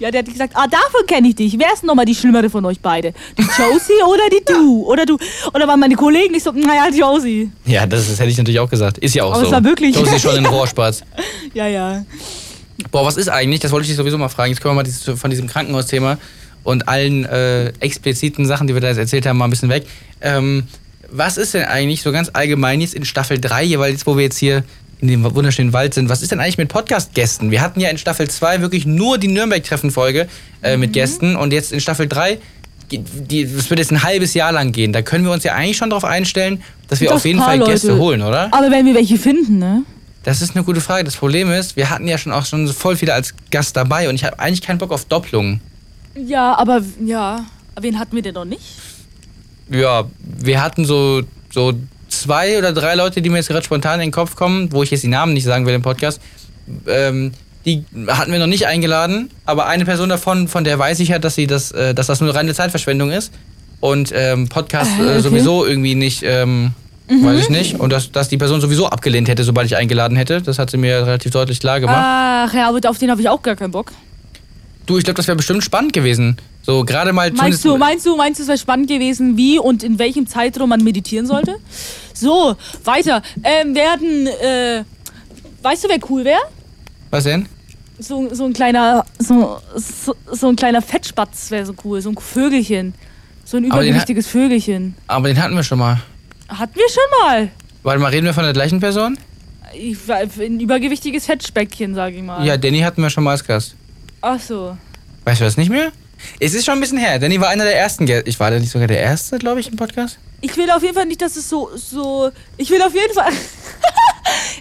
Speaker 4: Ja, der hat gesagt, ah, davon kenne ich dich. Wer ist nochmal die schlimmere von euch beide? Die Josie oder die du? Oder du? Oder waren meine Kollegen nicht so, naja, Josie.
Speaker 2: Ja, das, ist- hätte ich natürlich auch gesagt. Ist ja auch
Speaker 4: Aber
Speaker 2: so.
Speaker 4: es war wirklich- [LAUGHS]
Speaker 2: So ist schon in Rohrspatz.
Speaker 4: Ja, ja.
Speaker 2: Boah, was ist eigentlich? Das wollte ich dich sowieso mal fragen. Jetzt können wir mal dieses, von diesem Krankenhausthema und allen äh, expliziten Sachen, die wir da jetzt erzählt haben, mal ein bisschen weg. Ähm, was ist denn eigentlich so ganz allgemein jetzt in Staffel 3, jeweils jetzt, wo wir jetzt hier in dem wunderschönen Wald sind, was ist denn eigentlich mit Podcast-Gästen? Wir hatten ja in Staffel 2 wirklich nur die Nürnberg-Treffen-Folge äh,
Speaker 4: Mhm.
Speaker 2: mit Gästen und jetzt in Staffel 3, die, die, das wird jetzt ein halbes Jahr lang gehen. Da können wir uns ja eigentlich schon darauf einstellen, dass wir
Speaker 4: Dass
Speaker 2: auf jeden
Speaker 4: paar
Speaker 2: Fall Gäste
Speaker 4: Leute-
Speaker 2: holen, oder?
Speaker 4: Aber wenn wir welche finden, ne?
Speaker 2: Das ist eine gute Frage. Das Problem ist, wir hatten ja schon auch schon voll viele als Gast dabei und ich habe eigentlich keinen Bock auf Doppelungen.
Speaker 4: Ja, aber ja. Wen hatten wir denn noch nicht?
Speaker 2: Ja, wir hatten so, so zwei oder drei Leute, die mir jetzt gerade spontan in den Kopf kommen, wo ich jetzt die Namen nicht sagen will im Podcast. Ähm, die hatten wir noch nicht eingeladen, aber eine Person davon, von der weiß ich ja, dass sie das, äh, dass das nur reine Zeitverschwendung ist und ähm, Podcast
Speaker 4: Ah,
Speaker 2: äh,
Speaker 4: okay. Mhm.
Speaker 2: sowieso irgendwie nicht, ähm, weiß ich nicht, und dass, dass die Person sowieso abgelehnt hätte, sobald ich eingeladen hätte. Das hat sie mir relativ deutlich klar gemacht.
Speaker 4: Ach ja, aber auf den habe ich auch gar keinen Bock.
Speaker 2: Du, ich glaube, das wäre bestimmt spannend gewesen. So gerade mal
Speaker 4: Meinst du, meinst du, meinst du, es wäre spannend gewesen, wie und in welchem Zeitraum man meditieren sollte? So, weiter. Ähm, werden, äh, weißt du, wer cool wäre?
Speaker 2: was denn?
Speaker 4: So, so ein kleiner, so, so, so ein kleiner Fettspatz wäre so cool, so ein Vögelchen. So ein
Speaker 2: Aber den
Speaker 4: übergewichtiges Vögelchen.
Speaker 2: Aber den hatten wir schon mal.
Speaker 4: Hatten wir schon mal.
Speaker 2: Warte mal, reden wir von der gleichen Person?
Speaker 4: Ich, war- ein übergewichtiges Fettspäckchen, sag ich mal.
Speaker 2: Ja, Danny hatten wir schon mal als Gast.
Speaker 4: Ach so.
Speaker 2: Weißt du das nicht mehr? Es ist schon ein bisschen her. Danny war einer der ersten. Gä- Ich war da nicht sogar der erste, glaube ich, im Podcast.
Speaker 4: Ich will auf jeden Fall nicht, dass es so, so. Ich will auf jeden Fall. [LAUGHS]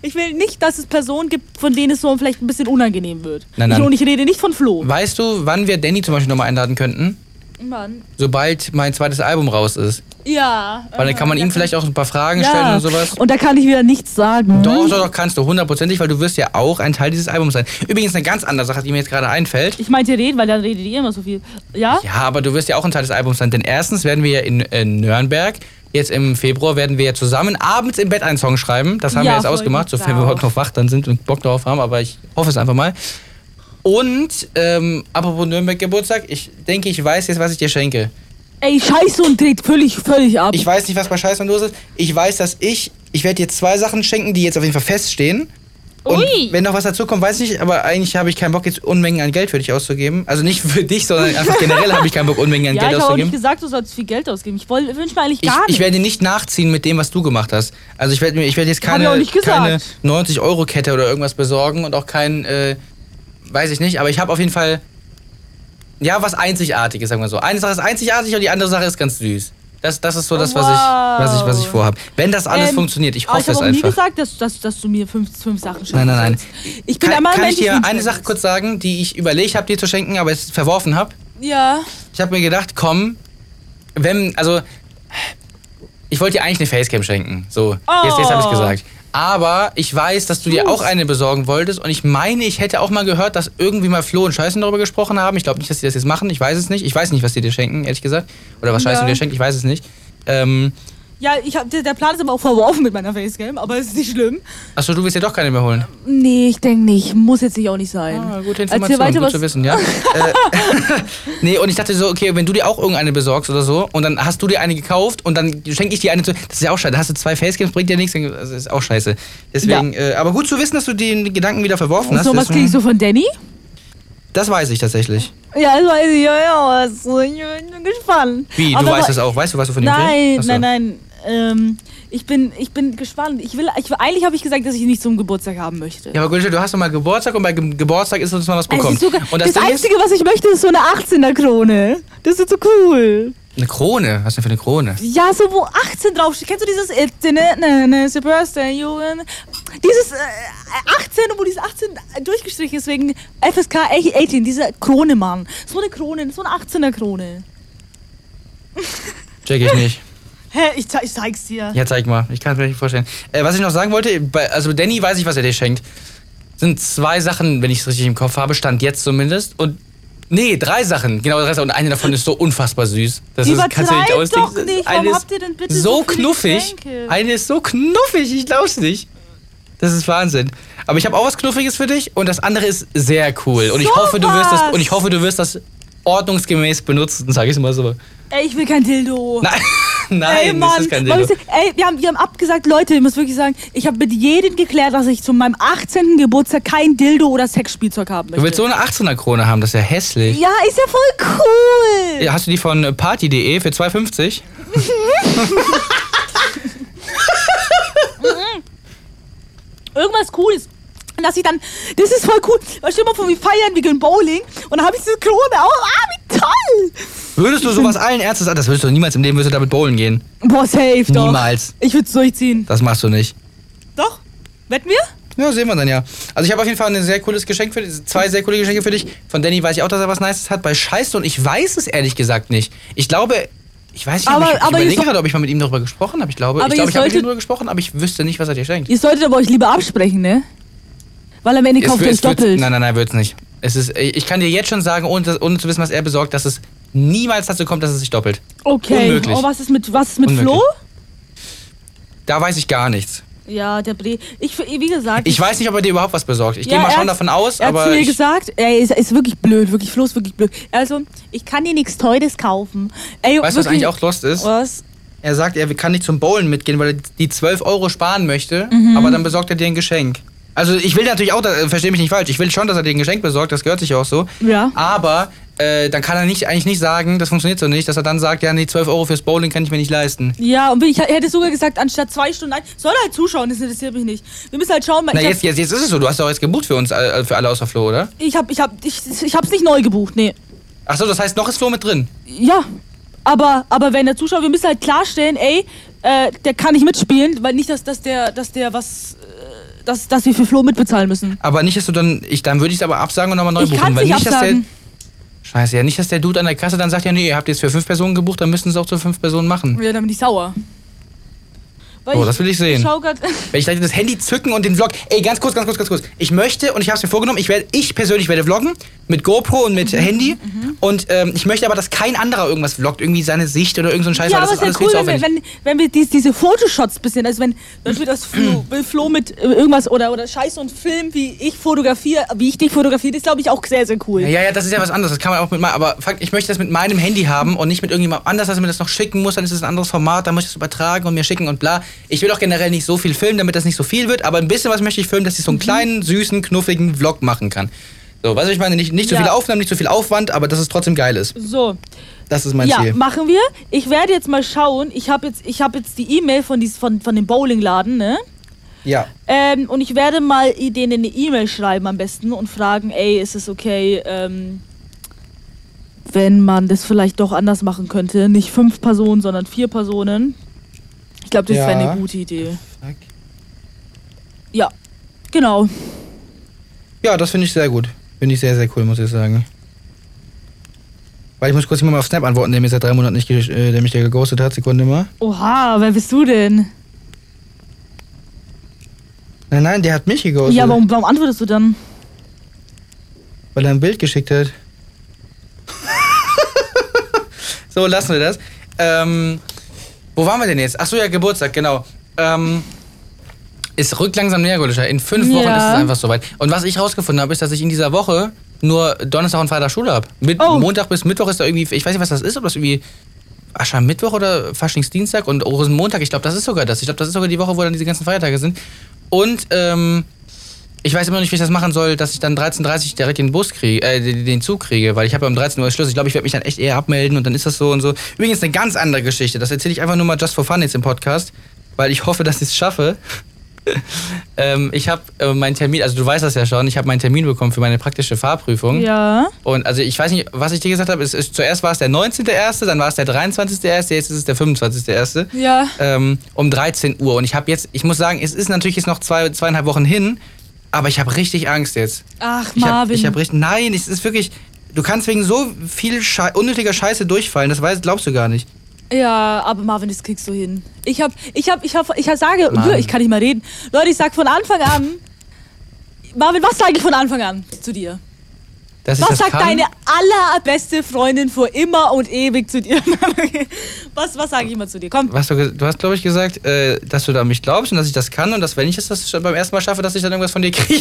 Speaker 4: ich will nicht, dass es Personen gibt, von denen es so vielleicht ein bisschen unangenehm wird.
Speaker 2: Nein, nein.
Speaker 4: Ich, und ich rede nicht von Flo.
Speaker 2: Weißt du, wann wir Danny zum Beispiel nochmal einladen könnten?
Speaker 4: Mann.
Speaker 2: Sobald mein zweites Album raus ist.
Speaker 4: Ah, Ja.
Speaker 2: Weil dann kann man ihm vielleicht auch ein paar Fragen stellen
Speaker 4: ja.
Speaker 2: und sowas.
Speaker 4: Und da kann ich wieder nichts sagen. Hm?
Speaker 2: Doch, doch, doch, kannst du, hundertprozentig, weil du wirst ja auch ein Teil dieses Albums sein. Übrigens eine ganz andere Sache, die mir jetzt gerade einfällt.
Speaker 4: Ich meinte reden, weil dann redet ihr immer so viel. Ja?
Speaker 2: Ja, aber du wirst ja auch ein Teil des Albums sein, denn erstens werden wir ja in, äh, Nürnberg, jetzt im Februar, werden wir ja zusammen abends im Bett einen Song schreiben. Das haben
Speaker 4: Ja,
Speaker 2: wir jetzt
Speaker 4: voll
Speaker 2: ausgemacht,
Speaker 4: gut
Speaker 2: sofern wir
Speaker 4: drauf.
Speaker 2: überhaupt noch wach dann sind und Bock darauf haben, aber ich hoffe es einfach mal. Und, ähm, apropos Nürnberg Geburtstag, ich denke, ich weiß jetzt, was ich dir schenke.
Speaker 4: Ey, scheiße und dreht völlig, völlig ab.
Speaker 2: Ich weiß nicht, was bei Scheißmann los ist. Ich weiß, dass ich, ich werde dir zwei Sachen schenken, die jetzt auf jeden Fall feststehen. Und
Speaker 4: Ui.
Speaker 2: wenn noch was dazu kommt, weiß ich nicht, aber eigentlich habe ich keinen Bock, jetzt Unmengen an Geld für dich auszugeben. Also nicht für dich, sondern einfach generell habe ich keinen Bock, Unmengen an
Speaker 4: ja,
Speaker 2: Geld
Speaker 4: ich habe auch
Speaker 2: auszugeben.
Speaker 4: nicht gesagt, du sollst viel Geld ausgeben. Ich woll- wünsche mir eigentlich
Speaker 2: Ich,
Speaker 4: gar
Speaker 2: ich
Speaker 4: nichts.
Speaker 2: werde nicht nachziehen mit dem, was du gemacht hast. Also ich werde mir, ich werde jetzt
Speaker 4: Hab ich
Speaker 2: keine,
Speaker 4: auch nicht gesagt.
Speaker 2: keine 90 Euro Kette oder irgendwas besorgen und auch kein, äh, weiß ich nicht. Aber ich habe auf jeden Fall, ja, was Einzigartiges, sagen wir so. Eine Sache ist einzigartig und die andere Sache ist ganz süß. Das, das ist so das, was ich, was ich, was ich
Speaker 4: Wow.
Speaker 2: vorhabe. Wenn das alles
Speaker 4: Ähm,
Speaker 2: funktioniert, ich
Speaker 4: aber
Speaker 2: hoffe
Speaker 4: ich
Speaker 2: es
Speaker 4: habe auch nie
Speaker 2: einfach.
Speaker 4: gesagt, dass, dass, dass du mir fünf, fünf Sachen schenkst.
Speaker 2: Nein, nein, nein.
Speaker 4: Ich bin
Speaker 2: kann
Speaker 4: einmal ein
Speaker 2: kann
Speaker 4: Mensch,
Speaker 2: ich dir
Speaker 4: lieb's
Speaker 2: eine
Speaker 4: Mensch.
Speaker 2: Sache kurz sagen, die ich überlegt habe, dir zu schenken, aber es verworfen habe?
Speaker 4: Ja.
Speaker 2: Ich habe mir gedacht, komm, wenn, also, ich wollte dir eigentlich eine Facecam schenken. So, jetzt, jetzt habe ich
Speaker 4: Oh.
Speaker 2: gesagt. Aber ich weiß, dass du dir auch eine besorgen wolltest und ich meine, ich hätte auch mal gehört, dass irgendwie mal Flo und Scheißen darüber gesprochen haben. Ich glaube nicht, dass die das jetzt machen. Ich weiß es nicht. Ich weiß nicht, was die dir schenken, ehrlich gesagt. Oder was Scheißen
Speaker 4: Ja.
Speaker 2: dir schenkt, ich weiß es nicht. Ähm,
Speaker 4: Ja, ich hab, der, der Plan ist aber auch verworfen mit meiner Facecam, aber es ist nicht schlimm.
Speaker 2: achso, du willst dir doch keine mehr holen.
Speaker 4: Nee, ich denke nicht. Muss jetzt nicht auch nicht sein.
Speaker 2: Ah, gute
Speaker 4: Ähm, Erzähl
Speaker 2: Information,
Speaker 4: weiter
Speaker 2: gut
Speaker 4: was.
Speaker 2: zu wissen,
Speaker 4: [LAUGHS]
Speaker 2: ja. äh, [LAUGHS] nee, und ich dachte so, okay, wenn du dir auch irgendeine besorgst oder so und dann hast du dir eine gekauft und dann schenke ich dir eine zu. Das ist ja auch scheiße. Da hast du zwei Facecams, bringt dir nichts, das ist auch scheiße. Deswegen, äh, aber gut zu wissen, dass du den Gedanken wieder verworfen hast.
Speaker 4: so, was krieg
Speaker 2: deswegen,
Speaker 4: ich so von Danny?
Speaker 2: Das weiß ich tatsächlich.
Speaker 4: Ja, das weiß ich. Ja, ja, das, ich bin gespannt.
Speaker 2: Wie, du
Speaker 4: Aber-
Speaker 2: weißt das auch. Weißt du, was du von dem
Speaker 4: Nein,
Speaker 2: kriegst?
Speaker 4: nein, nein. Ähm, ich, bin, ich bin gespannt. Ich will, ich, eigentlich habe ich gesagt, dass ich ihn nicht zum Geburtstag haben möchte.
Speaker 2: Ja, aber Gülsche, du hast doch mal Geburtstag und bei Ge Geburtstag ist uns mal was
Speaker 4: Es
Speaker 2: bekommen.
Speaker 4: ist sogar,
Speaker 2: und
Speaker 4: das
Speaker 2: das, Ding
Speaker 4: Einzige, was ich möchte, ist so eine 18er-Krone. Das ist so cool.
Speaker 2: ist eine Krone. Was denn für eine Krone?
Speaker 4: Ja, so wo 18 draufsteht. Kennst du dieses Internet, ne, ne, it's your birthday, you and- Dieses äh, 18, wo dieses 18 durchgestrichen ist wegen FSK 18, diese Krone, Mann. So eine Krone, so eine 18er-Krone.
Speaker 2: Check ich nicht.
Speaker 4: Hä, ich, ze- ich zeig's dir.
Speaker 2: Ja, zeig mal. Ich kann es mir nicht vorstellen. Äh, was ich noch sagen wollte, bei, also Danny weiß ich, was er dir schenkt. Sind zwei Sachen, wenn ich es richtig im Kopf habe, stand jetzt zumindest. Und nee, drei Sachen. Genau, drei Sachen. Und eine davon ist so unfassbar süß. Das ist, kannst du dir nicht
Speaker 4: Übertreibt
Speaker 2: ausdenken.
Speaker 4: doch nicht.
Speaker 2: Eine
Speaker 4: Warum
Speaker 2: ist
Speaker 4: habt ihr denn bitte
Speaker 2: so
Speaker 4: so viele
Speaker 2: knuffig.
Speaker 4: Geschenke?
Speaker 2: Eine ist so knuffig, ich glaub's nicht. Das ist Wahnsinn. Aber ich habe auch was Knuffiges für dich und das andere ist sehr cool. Und ich
Speaker 4: So
Speaker 2: hoffe, du wirst das.
Speaker 4: was.
Speaker 2: Und ich hoffe, du wirst das ordnungsgemäß benutzen, sage ich mal so.
Speaker 4: Ey, ich will kein Dildo.
Speaker 2: Nein, [LAUGHS] nein,
Speaker 4: Ey, Mann,
Speaker 2: das ist kein
Speaker 4: Mann,
Speaker 2: Dildo.
Speaker 4: wisst ihr, ey, wir haben, wir haben abgesagt, Leute, ich muss wirklich sagen, ich habe mit jedem geklärt, dass ich zu meinem 18. Geburtstag kein Dildo oder Sexspielzeug haben möchte.
Speaker 2: Du willst so eine 18er Krone haben, das ist ja hässlich.
Speaker 4: ja, ist ja voll cool.
Speaker 2: Ja, Hast du die von äh, party.de für 2,50?
Speaker 4: Mm. Irgendwas Cooles. Und dass ich dann, das ist voll cool. Weil Stell dir mal vor, wir feiern, wir gehen Bowling und dann habe ich diese Krone auf. Ah, wie toll.
Speaker 2: Würdest du sowas allen Ärzten sagen? Das würdest du niemals im Leben, würdest du damit bowlen gehen.
Speaker 4: Boah, safe doch.
Speaker 2: Niemals.
Speaker 4: Ich würde es durchziehen.
Speaker 2: Das machst du nicht.
Speaker 4: Doch? Wetten wir?
Speaker 2: Ja, sehen wir dann ja. Also ich habe auf jeden Fall ein sehr cooles Geschenk für dich, zwei sehr coole Geschenke für dich. Von Danny weiß ich auch, dass er was Nices hat. Bei Scheiße und ich weiß es ehrlich gesagt nicht. Ich glaube, ich weiß nicht, ob
Speaker 4: Aber-
Speaker 2: ich, ich
Speaker 4: aber ihr
Speaker 2: überlege
Speaker 4: so-
Speaker 2: gerade, ob ich mal mit ihm darüber gesprochen habe. Ich glaube,
Speaker 4: Aber
Speaker 2: ich, glaube,
Speaker 4: ihr
Speaker 2: ich habe mit ihm
Speaker 4: solltet-
Speaker 2: darüber gesprochen, aber ich wüsste nicht, was er dir schenkt.
Speaker 4: Ihr solltet aber euch lieber absprechen, ne? Weil am Ende
Speaker 2: Es
Speaker 4: kauft
Speaker 2: wird-
Speaker 4: ihr
Speaker 2: es
Speaker 4: es
Speaker 2: wird-
Speaker 4: doppelt.
Speaker 2: Nein, nein, nein, wird's nicht. Es ist, ich kann dir jetzt schon sagen, ohne, dass- ohne zu wissen, was er besorgt, dass es niemals dazu kommt, dass es sich doppelt.
Speaker 4: Okay.
Speaker 2: Unmöglich.
Speaker 4: Oh, was ist mit, was ist mit
Speaker 2: Unmöglich.
Speaker 4: Flo?
Speaker 2: Da weiß ich gar nichts.
Speaker 4: Ja, der Bre. Ich, wie gesagt.
Speaker 2: Ich weiß nicht, ob er dir überhaupt was besorgt. Ich
Speaker 4: Ja,
Speaker 2: gehe mal
Speaker 4: er
Speaker 2: schon
Speaker 4: hat-
Speaker 2: davon aus,
Speaker 4: Er hat
Speaker 2: aber
Speaker 4: zu mir
Speaker 2: ich,
Speaker 4: gesagt, er ist, ist wirklich blöd, wirklich, Flo ist wirklich blöd. Also, ich kann dir nichts Teures kaufen. Ey,
Speaker 2: weißt du, was eigentlich auch lost ist?
Speaker 4: Was?
Speaker 2: Er sagt, er kann nicht zum Bowlen mitgehen, weil er die 12 Euro sparen möchte,
Speaker 4: Mhm.
Speaker 2: aber dann besorgt er dir ein Geschenk. Also ich will natürlich auch, dass- äh, versteh mich nicht falsch, ich will schon, dass er dir ein Geschenk besorgt, das gehört sich auch so.
Speaker 4: Ja.
Speaker 2: Aber äh, dann kann er nicht, eigentlich nicht sagen, das funktioniert so nicht, dass er dann sagt, ja nee, 12 Euro fürs Bowling kann ich mir nicht leisten.
Speaker 4: Ja, und ich hätte sogar gesagt, anstatt zwei Stunden, ein, soll er halt zuschauen, das interessiert mich nicht. Wir müssen halt schauen, weil
Speaker 2: Na
Speaker 4: ich hab-
Speaker 2: jetzt, jetzt, jetzt ist es so, du hast doch jetzt gebucht für uns, äh, für alle außer Flo, oder?
Speaker 4: ich hab, ich hab, ich, ich hab's nicht neu gebucht, nee.
Speaker 2: Achso, das heißt, noch ist Flo mit drin.
Speaker 4: Ja, aber, aber wenn der Zuschauer, wir müssen halt klarstellen, ey, äh, der kann nicht mitspielen, weil nicht, dass, dass der, dass der was, äh, dass, dass wir für Flo mitbezahlen müssen.
Speaker 2: Aber nicht, dass du dann, ich, dann würde ich es aber absagen und nochmal neu
Speaker 4: ich
Speaker 2: buchen.
Speaker 4: kann's
Speaker 2: weil
Speaker 4: nicht
Speaker 2: nicht, dass
Speaker 4: absagen.
Speaker 2: Der, scheiße, ja nicht, dass der Dude an der Kasse dann sagt, ja nee, ihr habt jetzt für fünf Personen gebucht, dann müssen sie auch zu fünf Personen machen.
Speaker 4: Ja, dann bin ich sauer. Weil
Speaker 2: Oh, das will ich sehen.
Speaker 4: Ich schau grad, [LAUGHS]
Speaker 2: Wenn ich gleich das Handy zücken und den Vlog. Ey, ganz kurz, ganz kurz, ganz kurz. Ich möchte und ich habe es mir vorgenommen, ich werde, ich persönlich werde vloggen mit GoPro und mit
Speaker 4: Mhm,
Speaker 2: Handy. Und ähm, ich möchte aber, dass kein anderer irgendwas vloggt, irgendwie seine Sicht oder irgend so ein Scheiß.
Speaker 4: ja,
Speaker 2: weil das
Speaker 4: aber es wäre
Speaker 2: alles viel
Speaker 4: cool,
Speaker 2: zu
Speaker 4: wenn wir,
Speaker 2: aufwendig.
Speaker 4: wenn, wenn wir dies, diese Fotoshots bisschen, also wenn wenn wir das
Speaker 2: Hm.
Speaker 4: Flo, will Flo mit äh, irgendwas oder, oder Scheiße und Film, wie ich fotografiere, wie ich dich fotografiere, das glaube ich auch sehr, sehr cool.
Speaker 2: ja, ja, das ist ja was anderes. Das kann man auch mit meinem. Aber fuck, ich möchte das mit meinem Handy haben und nicht mit irgendjemand anders, dass er mir das noch schicken muss. Dann ist es ein anderes Format, dann muss ich das übertragen und mir schicken und bla. Ich will auch generell nicht so viel filmen, damit das nicht so viel wird. Aber ein bisschen was möchte ich filmen, dass ich so
Speaker 4: Mhm.
Speaker 2: einen kleinen, süßen, knuffigen Vlog machen kann. So, weißt du, was ich meine? Nicht, nicht zu
Speaker 4: Ja.
Speaker 2: viele Aufnahmen, nicht zu viel Aufwand, aber dass es trotzdem geil ist.
Speaker 4: So,
Speaker 2: Das ist mein
Speaker 4: ja,
Speaker 2: Ziel.
Speaker 4: machen wir. Ich werde jetzt mal schauen. Ich habe jetzt, ich hab jetzt die E-Mail von, dies- von, von dem Bowlingladen, ne?
Speaker 2: Ja.
Speaker 4: Ähm, und ich werde mal i- denen eine E-Mail schreiben am besten und fragen, ey, ist es okay, ähm, wenn man das vielleicht doch anders machen könnte? Nicht fünf Personen, sondern vier Personen. Ich glaube, das
Speaker 2: Ja.
Speaker 4: wäre eine gute Idee. Ja, genau.
Speaker 2: Ja, das finde ich sehr gut. Finde ich sehr, sehr cool, muss ich sagen. Weil ich muss kurz jemandem auf Snap antworten, der mir seit drei Monaten nicht, ge- äh, der mich da geghostet hat. Sekunde mal.
Speaker 4: Oha, wer bist du denn?
Speaker 2: Nein, nein, der hat mich geghostet,
Speaker 4: Ja, warum, warum antwortest du dann?
Speaker 2: weil er ein Bild geschickt hat. [LAUGHS] so, lassen wir das. Ähm, wo waren wir denn jetzt? Achso, ja, Geburtstag, genau. Ähm, es rückt langsam näher, Gulischer. In fünf Wochen
Speaker 4: Ja.
Speaker 2: ist es einfach soweit. Und was ich rausgefunden habe, ist, dass ich in dieser Woche nur Donnerstag und Freitag Schule habe. Mit
Speaker 4: Oh.
Speaker 2: Montag bis Mittwoch ist da irgendwie, ich weiß nicht, was das ist, ob das irgendwie Aschermittwoch oder Faschingsdienstag und Rosenmontag. Ich glaube, das ist sogar das. Ich glaube, das ist sogar die Woche, wo dann diese ganzen Feiertage sind. Und ähm, ich weiß immer noch nicht, wie ich das machen soll, dass ich dann 13.30 Uhr direkt den Bus kriege, äh, den den Zug kriege, weil ich habe ja um 13 Uhr Schluss. Ich glaube, ich werde mich dann echt eher abmelden und dann ist das so und so. Übrigens eine ganz andere Geschichte. Das erzähle ich einfach nur mal just for fun jetzt im Podcast, weil ich hoffe, dass ich es schaffe. [LAUGHS] ähm, ich habe äh, meinen Termin, also du weißt das ja schon, ich habe meinen Termin bekommen für meine praktische Fahrprüfung.
Speaker 4: Ja.
Speaker 2: Und also ich weiß nicht, was ich dir gesagt habe. Es ist, zuerst war es der 19.01., dann war es der 23.01., jetzt ist es der 25.01.
Speaker 4: Ja.
Speaker 2: Ähm, um 13 Uhr. Und ich habe jetzt, ich muss sagen, es ist natürlich jetzt noch zwei, zweieinhalb Wochen hin, aber ich habe richtig Angst jetzt.
Speaker 4: Ach,
Speaker 2: Ich habe
Speaker 4: Marvin.
Speaker 2: ich hab richtig, nein, es ist wirklich, du kannst wegen so viel Schei unnötiger Scheiße durchfallen, das weiß, glaubst du gar nicht.
Speaker 4: Ja, aber Marvin, das kriegst du hin. Ich hab, ich hab, ich hab, ich hab, sage,
Speaker 2: Mann.
Speaker 4: ich kann nicht mal reden. Leute, ich sag von Anfang an, Marvin, was sage ich von Anfang an zu dir?
Speaker 2: Dass ich
Speaker 4: Was
Speaker 2: das
Speaker 4: sagt
Speaker 2: kann.
Speaker 4: deine allerbeste Freundin vor immer und ewig zu dir? [LAUGHS] was, was sage ich immer zu dir? Komm.
Speaker 2: Was du, ge- du hast, glaube ich, gesagt, äh, dass du da an mich glaubst und dass ich das kann und dass, wenn ich es das schon beim ersten Mal schaffe, dass ich dann irgendwas von dir [LAUGHS] kriege.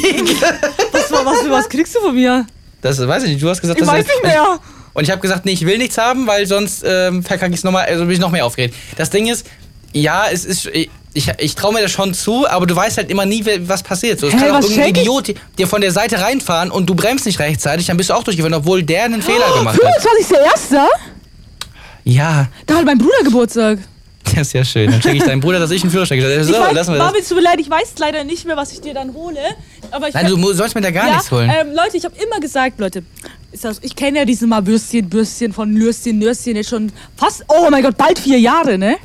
Speaker 4: Was, was, was kriegst du von mir?
Speaker 2: Das weiß ich nicht. Du hast gesagt,
Speaker 4: Ich
Speaker 2: dass
Speaker 4: weiß nicht mehr.
Speaker 2: Und ich habe gesagt, nee, ich will nichts haben, weil sonst ähm, verkacke ich es nochmal, also bin ich noch mehr aufgeregt. Das Ding ist, ja, es ist. Ich, ich, ich traue mir das schon zu, aber du weißt halt immer nie, wer- was passiert. So, es
Speaker 4: Hä,
Speaker 2: kann auch
Speaker 4: was
Speaker 2: irgendein
Speaker 4: schenk ich?
Speaker 2: Idiot dir von der Seite reinfahren und du bremst nicht rechtzeitig, dann bist du auch durchgefahren, obwohl der einen Fehler
Speaker 4: Oh, [GASPS]
Speaker 2: gemacht hat.
Speaker 4: 25.01.
Speaker 2: Ja,
Speaker 4: Da hat mein Bruder Geburtstag.
Speaker 2: das ist ja schön. Dann schenke ich deinem Bruder, dass ich einen Führerschein gestellt habe.
Speaker 4: ich
Speaker 2: So,
Speaker 4: weiß,
Speaker 2: lassen wir das.
Speaker 4: Marvin, tut mir leid, ich weiß leider nicht mehr, was ich dir dann hole. Aber ich
Speaker 2: Nein, du mu- sollst mir da gar nichts holen.
Speaker 4: Ähm, Leute, ich habe immer gesagt, Leute, ist das, ich kenne ja diese mal Würstchen, Bürstchen von Lürstchen, Nürstchen jetzt schon fast, oh mein Gott, bald vier Jahre, ne?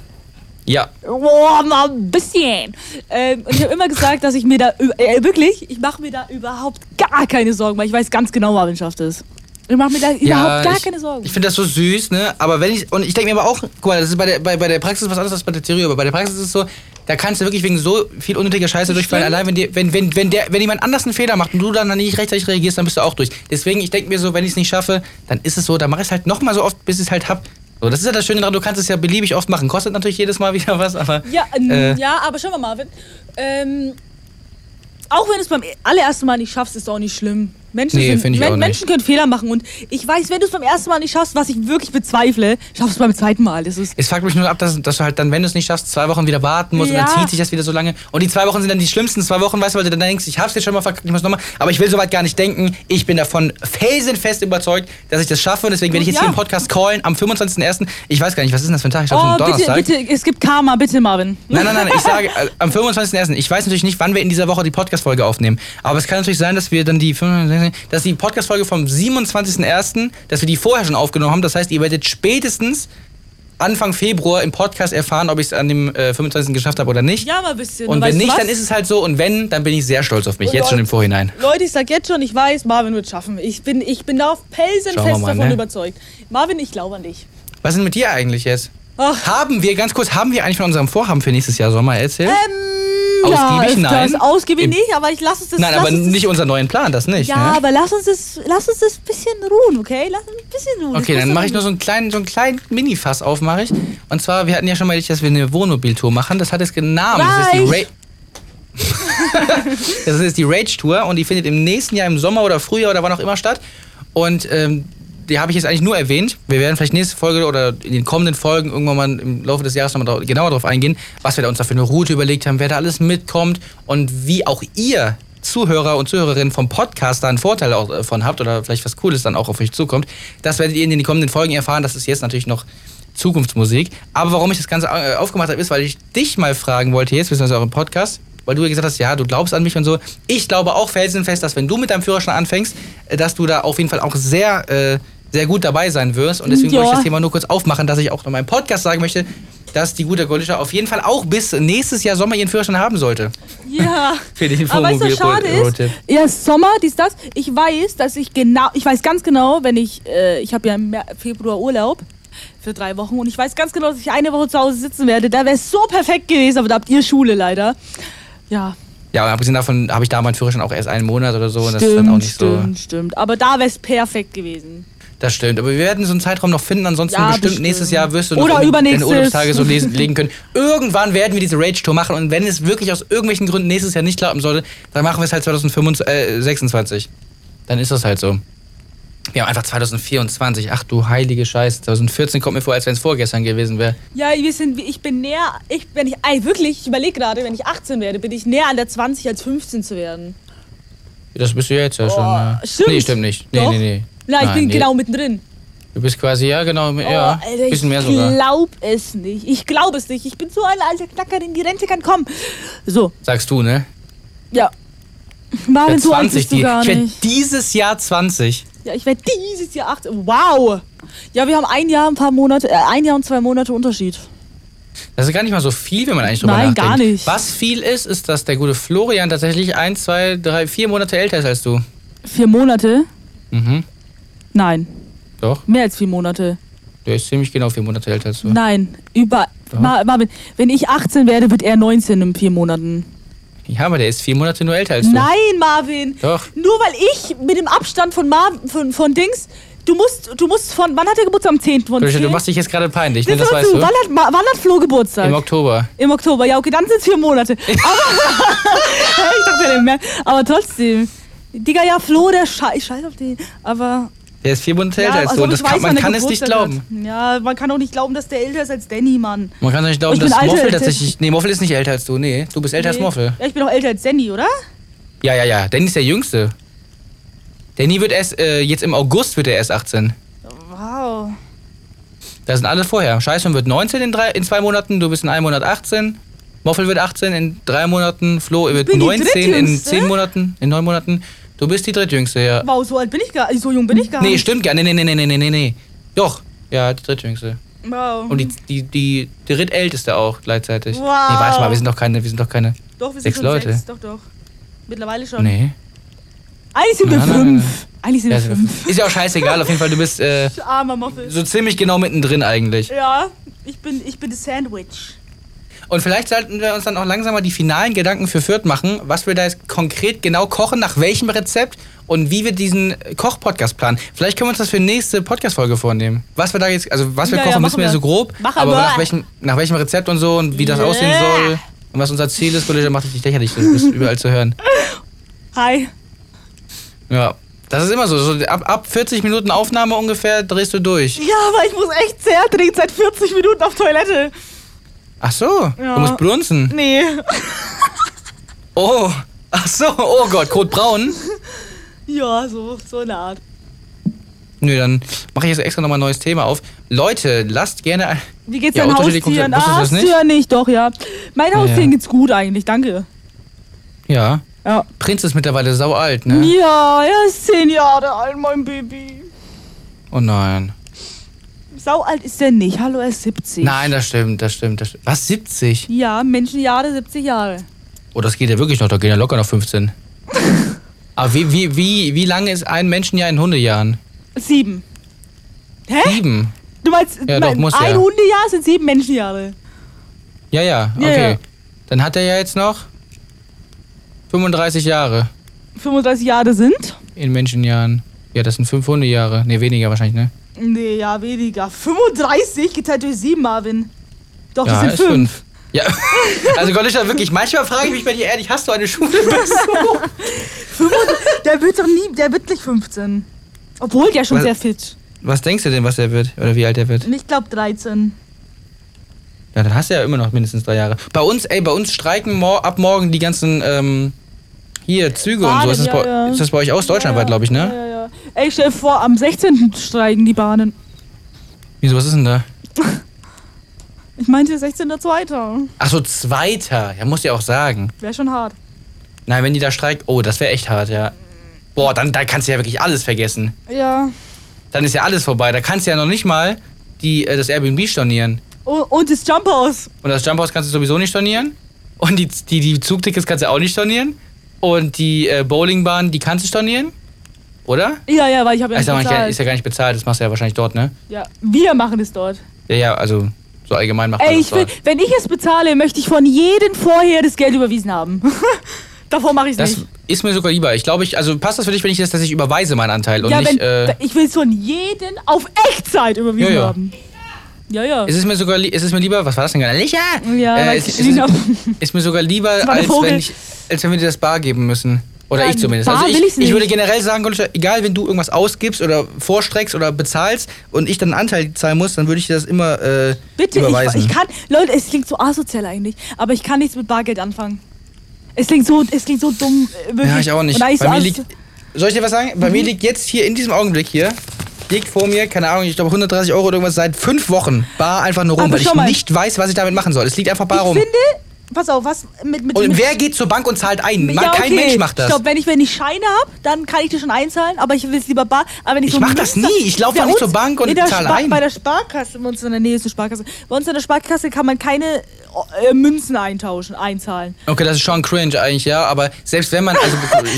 Speaker 2: Ja.
Speaker 4: Boah, mal ein bisschen. Ähm, und ich habe immer gesagt, dass ich mir da, ü- äh, wirklich, ich mache mir da überhaupt gar keine Sorgen, weil ich weiß ganz genau, Marvin schafft es. Ich mache mir da überhaupt
Speaker 2: ja,
Speaker 4: gar
Speaker 2: ich,
Speaker 4: keine Sorgen.
Speaker 2: Ich finde das so süß, ne? Aber wenn ich. Und ich denke mir aber auch, guck mal, das ist bei der, bei, bei der Praxis was anderes als bei der Theorie, aber bei der Praxis ist es so, da kannst du wirklich wegen so viel unnötiger Scheiße durchfallen.
Speaker 4: Stimmt.
Speaker 2: Allein wenn dir, wenn, wenn, wenn der, wenn jemand anders einen Fehler macht und du dann nicht rechtzeitig reagierst, dann bist du auch durch. Deswegen, ich denke mir so, wenn ich es nicht schaffe, dann ist es so, dann mache ich es halt nochmal so oft, bis ich es halt hab. So, das ist ja das Schöne daran, du kannst es ja beliebig oft machen. Kostet natürlich jedes Mal [LAUGHS] wieder was, aber.
Speaker 4: Ja, ähm,
Speaker 2: Äh.
Speaker 4: ja, aber schau mal, Marvin. Ähm, auch wenn du es beim allerersten Mal nicht schaffst, ist auch nicht schlimm. Menschen,
Speaker 2: Nee,
Speaker 4: sind,
Speaker 2: find ich auch nicht.
Speaker 4: Menschen können Fehler machen und ich weiß, wenn du es beim ersten Mal nicht schaffst, was ich wirklich bezweifle, schaffst du es beim zweiten Mal. Das ist
Speaker 2: Es fuckt mich nur ab, dass, dass du halt dann, wenn du es nicht schaffst, zwei Wochen wieder warten musst und
Speaker 4: Ja.
Speaker 2: dann zieht sich das wieder so lange. Und die zwei Wochen sind dann die schlimmsten zwei Wochen, weißt du, weil du dann denkst, ich hab's jetzt schon mal verkackt, ich muss nochmal. Aber ich will soweit gar nicht denken. Ich bin davon felsenfest überzeugt, dass ich das schaffe. Und deswegen werde ich jetzt
Speaker 4: Ja.
Speaker 2: hier im Podcast callen am 25.01. Ich weiß gar nicht, was ist denn das für ein Tag? Ich glaube, so ein
Speaker 4: Oh, bitte,
Speaker 2: Donnerstag.
Speaker 4: bitte, es gibt Karma, bitte, Marvin.
Speaker 2: Nein, nein, nein, ich sage äh, am 25.01. Ich weiß natürlich nicht, wann wir in dieser Woche die Podcast-Folge aufnehmen. Aber es kann natürlich sein, dass wir dann die, 25., dass die Podcast-Folge vom 27.01., dass wir die vorher schon aufgenommen haben. Das heißt, ihr werdet spätestens Anfang Februar im Podcast erfahren, ob ich es an dem äh, 25. geschafft habe oder nicht.
Speaker 4: Ja, mal ein bisschen.
Speaker 2: und wenn
Speaker 4: weißt du
Speaker 2: nicht,
Speaker 4: was?
Speaker 2: dann ist es halt so. Und wenn, dann bin ich sehr stolz auf mich.
Speaker 4: Und
Speaker 2: Jetzt schon
Speaker 4: Leute-
Speaker 2: im Vorhinein.
Speaker 4: Leute, ich sag jetzt schon, ich weiß, Marvin wird schaffen. Ich bin, ich bin da auf
Speaker 2: Schauen wir
Speaker 4: Pelsenfest
Speaker 2: mal,
Speaker 4: davon
Speaker 2: ne?
Speaker 4: überzeugt. Marvin, ich glaube an dich.
Speaker 2: Was ist denn mit dir eigentlich jetzt?
Speaker 4: Ach.
Speaker 2: Haben wir, ganz kurz, haben wir eigentlich von unserem Vorhaben für nächstes Jahr Sommer erzählt?
Speaker 4: Ähm,
Speaker 2: Ausgiebig?
Speaker 4: ja, öfters.
Speaker 2: Nein.
Speaker 4: Ausgiebig
Speaker 2: Im-
Speaker 4: nicht, aber ich lass uns das.
Speaker 2: Nein,
Speaker 4: lass
Speaker 2: aber
Speaker 4: uns das-
Speaker 2: nicht unseren neuen Plan, das nicht.
Speaker 4: Ja,
Speaker 2: ne?
Speaker 4: aber lass uns das, lass uns das bisschen ruhen, okay? Lass uns ein bisschen ruhen.
Speaker 2: Okay,
Speaker 4: Oh, Das
Speaker 2: dann
Speaker 4: kostet
Speaker 2: mache ich nur so einen kleinen, so einen kleinen Mini-Fass auf, mache ich. Und zwar, wir hatten ja schon mal, dass wir eine Wohnmobiltour machen. Das hat jetzt einen Namen. Das ist die
Speaker 4: Reich.
Speaker 2: Ra das ist die Rage-Tour und die findet im nächsten Jahr im Sommer oder Frühjahr oder wann auch immer statt. Und ähm, die habe ich jetzt eigentlich nur erwähnt. Wir werden vielleicht nächste Folge oder in den kommenden Folgen irgendwann mal im Laufe des Jahres nochmal genauer darauf eingehen, was wir da uns da für eine Route überlegt haben, wer da alles mitkommt und wie auch ihr Zuhörer und Zuhörerinnen vom Podcast da einen Vorteil auch davon habt oder vielleicht was Cooles dann auch auf euch zukommt. Das werdet ihr in den kommenden Folgen erfahren. Das ist jetzt natürlich noch Zukunftsmusik. Aber warum ich das Ganze äh, aufgemacht habe, ist, weil ich dich mal fragen wollte jetzt, beziehungsweise auch im Podcast, weil du ja gesagt hast, ja, du glaubst an mich und so. Ich glaube auch felsenfest, dass wenn du mit deinem Führerschein anfängst, äh, dass du da auf jeden Fall auch sehr, äh, sehr gut dabei sein wirst. Und deswegen
Speaker 4: Ja.
Speaker 2: wollte ich das Thema nur kurz aufmachen, dass ich auch noch meinem Podcast sagen möchte, dass die gute Golischer auf jeden Fall auch bis nächstes Jahr Sommer ihren Führerschein haben sollte.
Speaker 4: [LAUGHS] Ja.
Speaker 2: [LAUGHS] Für den
Speaker 4: Aber weißt du, was schade ist?
Speaker 2: Wohnmobil-Roadtrip.
Speaker 4: Ja, Sommer, dies, das. Ich weiß, dass ich genau, ich weiß ganz genau, wenn ich, äh, ich habe ja im Mer- Februar Urlaub für drei Wochen und ich weiß ganz genau, dass ich eine Woche zu Hause sitzen werde. Da wäre es so perfekt gewesen, aber da habt ihr Schule leider. Ja,
Speaker 2: Ja, und abgesehen davon habe ich da meinen Führerschein auch erst einen Monat oder so. Und das ist dann auch nicht so.
Speaker 4: stimmt, stimmt. Aber da wäre es perfekt gewesen.
Speaker 2: Das stimmt, aber wir werden so einen Zeitraum noch finden. Ansonsten
Speaker 4: Ja,
Speaker 2: bestimmt,
Speaker 4: bestimmt.
Speaker 2: nächstes Jahr wirst du
Speaker 4: Oder
Speaker 2: noch
Speaker 4: übernächstes.
Speaker 2: deine Urlaubstage so
Speaker 4: [LAUGHS]
Speaker 2: lesen, legen können. Irgendwann werden wir diese Rage-Tour machen und wenn es wirklich aus irgendwelchen Gründen nächstes Jahr nicht klappen sollte, dann machen wir es halt 2025, äh, 26. Dann ist das halt so. Wir haben einfach 2024. Ach du heilige Scheiße. 2014 kommt mir vor, als wenn es vorgestern gewesen wäre.
Speaker 4: Ja, wir sind, ich bin näher, ich, wenn ich, ey, wirklich, ich überlege gerade, wenn ich 18 werde, bin ich näher an der 20 als 15 zu werden.
Speaker 2: Das bist du ja jetzt ja schon.
Speaker 4: Boah,
Speaker 2: ne?
Speaker 4: stimmt.
Speaker 2: Nee, stimmt nicht. Nee,
Speaker 4: Doch.
Speaker 2: nee, nee.
Speaker 4: Na, ich
Speaker 2: Nein,
Speaker 4: bin
Speaker 2: nee.
Speaker 4: genau mittendrin.
Speaker 2: Du bist quasi, ja, genau.
Speaker 4: Oh,
Speaker 2: ja,
Speaker 4: Alter,
Speaker 2: bisschen mehr
Speaker 4: ich
Speaker 2: sogar.
Speaker 4: glaub es nicht. Ich glaub es nicht. Ich bin so ein alter Knacker, den die Rente kann kommen. So,
Speaker 2: Sagst du, ne?
Speaker 4: ja. Marvin,
Speaker 2: Ich
Speaker 4: so
Speaker 2: werd
Speaker 4: alt bist du
Speaker 2: die,
Speaker 4: gar
Speaker 2: ich werde
Speaker 4: nicht.
Speaker 2: dieses Jahr 20.
Speaker 4: Ja, ich werde dieses Jahr 8. Wow. Ja, wir haben ein Jahr, ein paar Monate, äh, ein Jahr und zwei Monate Unterschied.
Speaker 2: Das ist gar nicht mal so viel, wenn man eigentlich drüber
Speaker 4: Nein,
Speaker 2: nachdenkt.
Speaker 4: gar nicht.
Speaker 2: Was viel ist, ist, dass der gute Florian tatsächlich ein, zwei, drei, vier Monate älter ist als du.
Speaker 4: Vier Monate?
Speaker 2: Mhm.
Speaker 4: Nein.
Speaker 2: Doch,
Speaker 4: Mehr als vier Monate.
Speaker 2: der ist ziemlich genau vier Monate älter als du.
Speaker 4: Nein. Über.
Speaker 2: Doch.
Speaker 4: Ma Marvin, wenn ich 18 werde, wird er 19 in vier Monaten.
Speaker 2: Ja, aber der ist vier Monate nur älter als du.
Speaker 4: Nein, Marvin.
Speaker 2: Doch.
Speaker 4: Nur weil ich mit dem Abstand von, Mar von, von Dings. Du musst, du musst von. Wann hat er Geburtstag? Am 10. von
Speaker 2: Du, du
Speaker 4: 10?
Speaker 2: machst dich jetzt gerade peinlich, ne?
Speaker 4: Das
Speaker 2: Das
Speaker 4: hör
Speaker 2: weißt
Speaker 4: zu.
Speaker 2: du.
Speaker 4: Wann, hat, Ma- wann hat Flo Geburtstag?
Speaker 2: Im Oktober.
Speaker 4: Im Oktober. Ja, okay, dann sind es vier
Speaker 2: [LAUGHS]
Speaker 4: Monate. Aber, [LAUGHS] ich dachte nicht mehr. Aber trotzdem. Digga, ja, Flo, der Scheiß. Ich scheiß auf den. Aber.
Speaker 2: Der ist vier Monate
Speaker 4: Ja,
Speaker 2: älter als
Speaker 4: als
Speaker 2: du.
Speaker 4: ob
Speaker 2: Und
Speaker 4: ich
Speaker 2: das kann,
Speaker 4: weiß,
Speaker 2: man
Speaker 4: wann der
Speaker 2: kann es nicht
Speaker 4: Geburtstag
Speaker 2: glauben.
Speaker 4: hat. Ja, man kann auch nicht glauben, dass der älter ist als Danny, Mann.
Speaker 2: Man kann doch nicht glauben,
Speaker 4: Ich bin
Speaker 2: dass
Speaker 4: älter
Speaker 2: Moffel
Speaker 4: als-
Speaker 2: tatsächlich. Nee, Moffel ist nicht älter als du. Nee, du bist älter als
Speaker 4: Nee.
Speaker 2: Moffel.
Speaker 4: Ja, ich bin auch älter als Danny, oder?
Speaker 2: Ja, ja, ja. Danny ist der Jüngste. Danny wird erst, äh, jetzt im August wird er erst 18.
Speaker 4: Wow.
Speaker 2: Das sind alle vorher. Scheiße wird 19 in, drei, in zwei Monaten, du bist in einem Monat 18. Moffel wird 18 in drei Monaten, Flo wird
Speaker 4: bin die
Speaker 2: 19 in
Speaker 4: Drittjüngste?
Speaker 2: zehn Monaten, in neun Monaten. Du bist die drittjüngste, ja.
Speaker 4: Wow, so alt bin ich gar So jung bin ich gar
Speaker 2: Nee,
Speaker 4: nicht.
Speaker 2: stimmt gar nicht. Nee, nee, nee, nee, nee, nee. Doch. Ja, die drittjüngste.
Speaker 4: Wow.
Speaker 2: Und die, die, die drittälteste auch gleichzeitig.
Speaker 4: Wow.
Speaker 2: Nee, warte mal, wir sind doch keine, wir sind doch keine.
Speaker 4: doch, wir sind
Speaker 2: sechs
Speaker 4: schon
Speaker 2: Leute.
Speaker 4: sechs. Doch, doch. Mittlerweile schon.
Speaker 2: Nee.
Speaker 4: Eigentlich sind wir
Speaker 2: Nein, nein,
Speaker 4: fünf. Eigentlich sind
Speaker 2: Ja,
Speaker 4: wir Ah,
Speaker 2: sind wir
Speaker 4: fünf.
Speaker 2: fünf. ist ja auch scheißegal, auf jeden Fall, du bist äh,
Speaker 4: Armer Moffel.
Speaker 2: so ziemlich genau mittendrin eigentlich.
Speaker 4: Ja, ich bin, ich bin das Sandwich.
Speaker 2: Und vielleicht sollten wir uns dann auch langsam mal die finalen Gedanken für Fürth machen, was wir da jetzt konkret genau kochen, nach welchem Rezept und wie wir diesen Koch-Podcast planen. Vielleicht können wir uns das für die nächste Podcast-Folge vornehmen. Was wir da jetzt, also was wir
Speaker 4: Ja, ja,
Speaker 2: kochen, wissen
Speaker 4: machen
Speaker 2: wir
Speaker 4: wir.
Speaker 2: so grob,
Speaker 4: Machen
Speaker 2: aber
Speaker 4: wir.
Speaker 2: nach welchem, nach welchem Rezept und so und wie das
Speaker 4: Yeah.
Speaker 2: aussehen soll und was unser Ziel ist. Kollege, mach dich nicht lächerlich, das
Speaker 4: [LAUGHS]
Speaker 2: ist überall zu hören.
Speaker 4: Hi.
Speaker 2: Ja. Das ist immer so. so ab, ab 40 Minuten Aufnahme ungefähr drehst du durch.
Speaker 4: Ja, aber ich muss echt sehr dringend seit 40 Minuten auf Toilette.
Speaker 2: Ach so,
Speaker 4: Ja.
Speaker 2: du musst blunzen.
Speaker 4: Nee. [LAUGHS]
Speaker 2: Oh, ach so, oh Gott, Kotbraun.
Speaker 4: Ja, so, so eine Art.
Speaker 2: Nö, dann mache ich jetzt extra nochmal ein neues Thema auf. Leute, lasst gerne. ein-
Speaker 4: Wie geht's
Speaker 2: Ja,
Speaker 4: deinen
Speaker 2: unterschiedlich
Speaker 4: Haustieren?
Speaker 2: kommt- wusstest du das
Speaker 4: Haustier nicht, doch, ja. Meinen
Speaker 2: Ja,
Speaker 4: Haustieren
Speaker 2: ja.
Speaker 4: geht's gut eigentlich, danke.
Speaker 2: Ja.
Speaker 4: Ja.
Speaker 2: Prinz ist mittlerweile sau alt,
Speaker 4: Ja,
Speaker 2: ne?
Speaker 4: er ist zehn Jahre alt, mein Baby.
Speaker 2: Oh nein.
Speaker 4: Sau alt ist er nicht. Hallo, er ist 70.
Speaker 2: Nein, das stimmt, das stimmt, das stimmt. Was, 70?
Speaker 4: Ja, Menschenjahre, 70 Jahre.
Speaker 2: Oh, das geht ja wirklich noch, da gehen ja locker noch
Speaker 4: [LAUGHS]
Speaker 2: 15. Aber wie, wie, wie, wie lange ist ein Menschenjahr in Hundejahren?
Speaker 4: Sieben. Hä?
Speaker 2: Sieben.
Speaker 4: Du meinst,
Speaker 2: Ja,
Speaker 4: mein-
Speaker 2: doch, muss
Speaker 4: ein
Speaker 2: ja.
Speaker 4: Hundejahr sind sieben Menschenjahre.
Speaker 2: Ja, ja,
Speaker 4: Ja,
Speaker 2: okay.
Speaker 4: ja.
Speaker 2: Dann hat er ja jetzt noch 35 Jahre
Speaker 4: 35 Jahre sind?
Speaker 2: in Menschenjahren. Ja, das sind fünf Hundejahre. Ne, weniger wahrscheinlich, ne?
Speaker 4: Nee, ja, weniger. 35 geteilt durch sieben, Marvin. Doch,
Speaker 2: ja,
Speaker 4: das sind
Speaker 2: ist
Speaker 4: fünf.
Speaker 2: fünf. Ja, [LAUGHS] also Golisha, wirklich, manchmal frage ich mich bei dir ehrlich, hast du eine Schule? Bist du?
Speaker 4: [LAUGHS] Der wird doch nie, der wird nicht 15. Obwohl der schon
Speaker 2: Weil-
Speaker 4: sehr fit.
Speaker 2: Was denkst du denn, was er wird oder wie alt er wird?
Speaker 4: Und ich glaube 13.
Speaker 2: Ja, dann hast du ja immer noch mindestens drei Jahre. Bei uns, ey, bei uns streiken mor ab morgen die ganzen ähm, hier Züge und so.
Speaker 4: Bahnen,
Speaker 2: Ist das,
Speaker 4: Ah, ja,
Speaker 2: bei,
Speaker 4: ja.
Speaker 2: ist das bei euch aus deutschlandweit, glaube ich, ne?
Speaker 4: Ja, ja, ja. Ey, stell dir vor, am 16. streiken die Bahnen.
Speaker 2: Wieso, was ist denn da?
Speaker 4: Ich meinte 16.2.
Speaker 2: Ach so, zweiter. Ja, muss ja auch sagen.
Speaker 4: Wäre schon hart.
Speaker 2: Nein, wenn die da streikt, oh, das wäre echt hart, ja. Boah, dann, dann kannst du ja wirklich alles vergessen.
Speaker 4: Ja.
Speaker 2: Dann ist ja alles vorbei. Da kannst du ja noch nicht mal die, äh, das Airbnb stornieren.
Speaker 4: Und, und das Jumpers.
Speaker 2: Und das Jumphouse kannst du sowieso nicht stornieren. Und die, die, die Zugtickets kannst du auch nicht stornieren. Und die äh, Bowlingbahn, die kannst du stornieren. Oder? Ah,
Speaker 4: Ja, ja, weil ich habe ja
Speaker 2: Ist ja, gar nicht,
Speaker 4: nicht bezahlt.
Speaker 2: ist ja gar nicht bezahlt, das machst du ja wahrscheinlich dort, ne?
Speaker 4: ja, wir machen es dort.
Speaker 2: Ja, ja, also so allgemein macht man
Speaker 4: Ey,
Speaker 2: das
Speaker 4: ich will,
Speaker 2: dort.
Speaker 4: wenn ich es bezahle, möchte ich von jedem vorher das Geld überwiesen haben. [LAUGHS] Davor mache ich es
Speaker 2: Das
Speaker 4: nicht.
Speaker 2: ist mir sogar lieber. Ich glaube, ich, also passt das für dich, wenn ich das, dass ich überweise meinen Anteil und
Speaker 4: ja,
Speaker 2: nicht.
Speaker 4: wenn,
Speaker 2: äh,
Speaker 4: ich will es von jedem auf Echtzeit überwiesen
Speaker 2: Ja, ja.
Speaker 4: haben. Ja, ja.
Speaker 2: ist es mir sogar li- ist es mir lieber, was war das denn gerade? Licha!
Speaker 4: ja, weil
Speaker 2: äh, ist,
Speaker 4: ich
Speaker 2: ist,
Speaker 4: geschrien
Speaker 2: [LAUGHS] es-
Speaker 4: habe.
Speaker 2: ist mir sogar lieber,
Speaker 4: war ein
Speaker 2: als
Speaker 4: Vogel.
Speaker 2: wenn, ich, als wenn wir dir das bar geben müssen. Oder
Speaker 4: Ja,
Speaker 2: ich zumindest.
Speaker 4: bar
Speaker 2: also ich,
Speaker 4: will ich's
Speaker 2: ich würde
Speaker 4: nicht.
Speaker 2: generell sagen, Gott, egal wenn du irgendwas ausgibst oder vorstreckst oder bezahlst und ich dann einen Anteil zahlen muss, dann würde ich dir das immer äh,
Speaker 4: Bitte, ich,
Speaker 2: überweisen.
Speaker 4: ich kann. Leute, es klingt so asozial eigentlich, aber ich kann nichts mit Bargeld anfangen. Es klingt so, es klingt so dumm. äh, Wirklich.
Speaker 2: Ja, ich auch nicht.
Speaker 4: Und eigentlich
Speaker 2: Bei
Speaker 4: so
Speaker 2: mir
Speaker 4: as-
Speaker 2: liegt, soll ich dir was sagen? Bei
Speaker 4: Mhm.
Speaker 2: mir liegt jetzt hier in diesem Augenblick hier, liegt vor mir, keine Ahnung, ich glaube 130 Euro oder irgendwas seit fünf Wochen bar einfach nur rum,
Speaker 4: Aber
Speaker 2: weil ich
Speaker 4: schau mal.
Speaker 2: nicht weiß, was ich damit machen soll. Es liegt einfach bar
Speaker 4: ich
Speaker 2: rum.
Speaker 4: finde, pass auf, was mit. mit
Speaker 2: Und
Speaker 4: mit,
Speaker 2: wer geht zur Bank und zahlt ein?
Speaker 4: ja,
Speaker 2: Kein
Speaker 4: okay.
Speaker 2: Mensch macht das.
Speaker 4: Ich glaube, wenn ich, wenn ich Scheine habe, dann kann ich das schon einzahlen, aber ich will es lieber bar. Aber wenn ich,
Speaker 2: Ich
Speaker 4: so
Speaker 2: mach das
Speaker 4: Münster-
Speaker 2: nie. Ich lauf
Speaker 4: Bei
Speaker 2: doch nicht
Speaker 4: uns
Speaker 2: zur Bank und
Speaker 4: in der
Speaker 2: zahl
Speaker 4: Spa-
Speaker 2: ein.
Speaker 4: Bei der Sparkasse, bei uns in der Nähe ist eine Sparkasse. Bei uns in der Sparkasse kann man keine äh, Münzen eintauschen, einzahlen.
Speaker 2: Okay, das ist schon cringe eigentlich, ja, aber selbst wenn man.
Speaker 4: [LAUGHS]
Speaker 2: Also,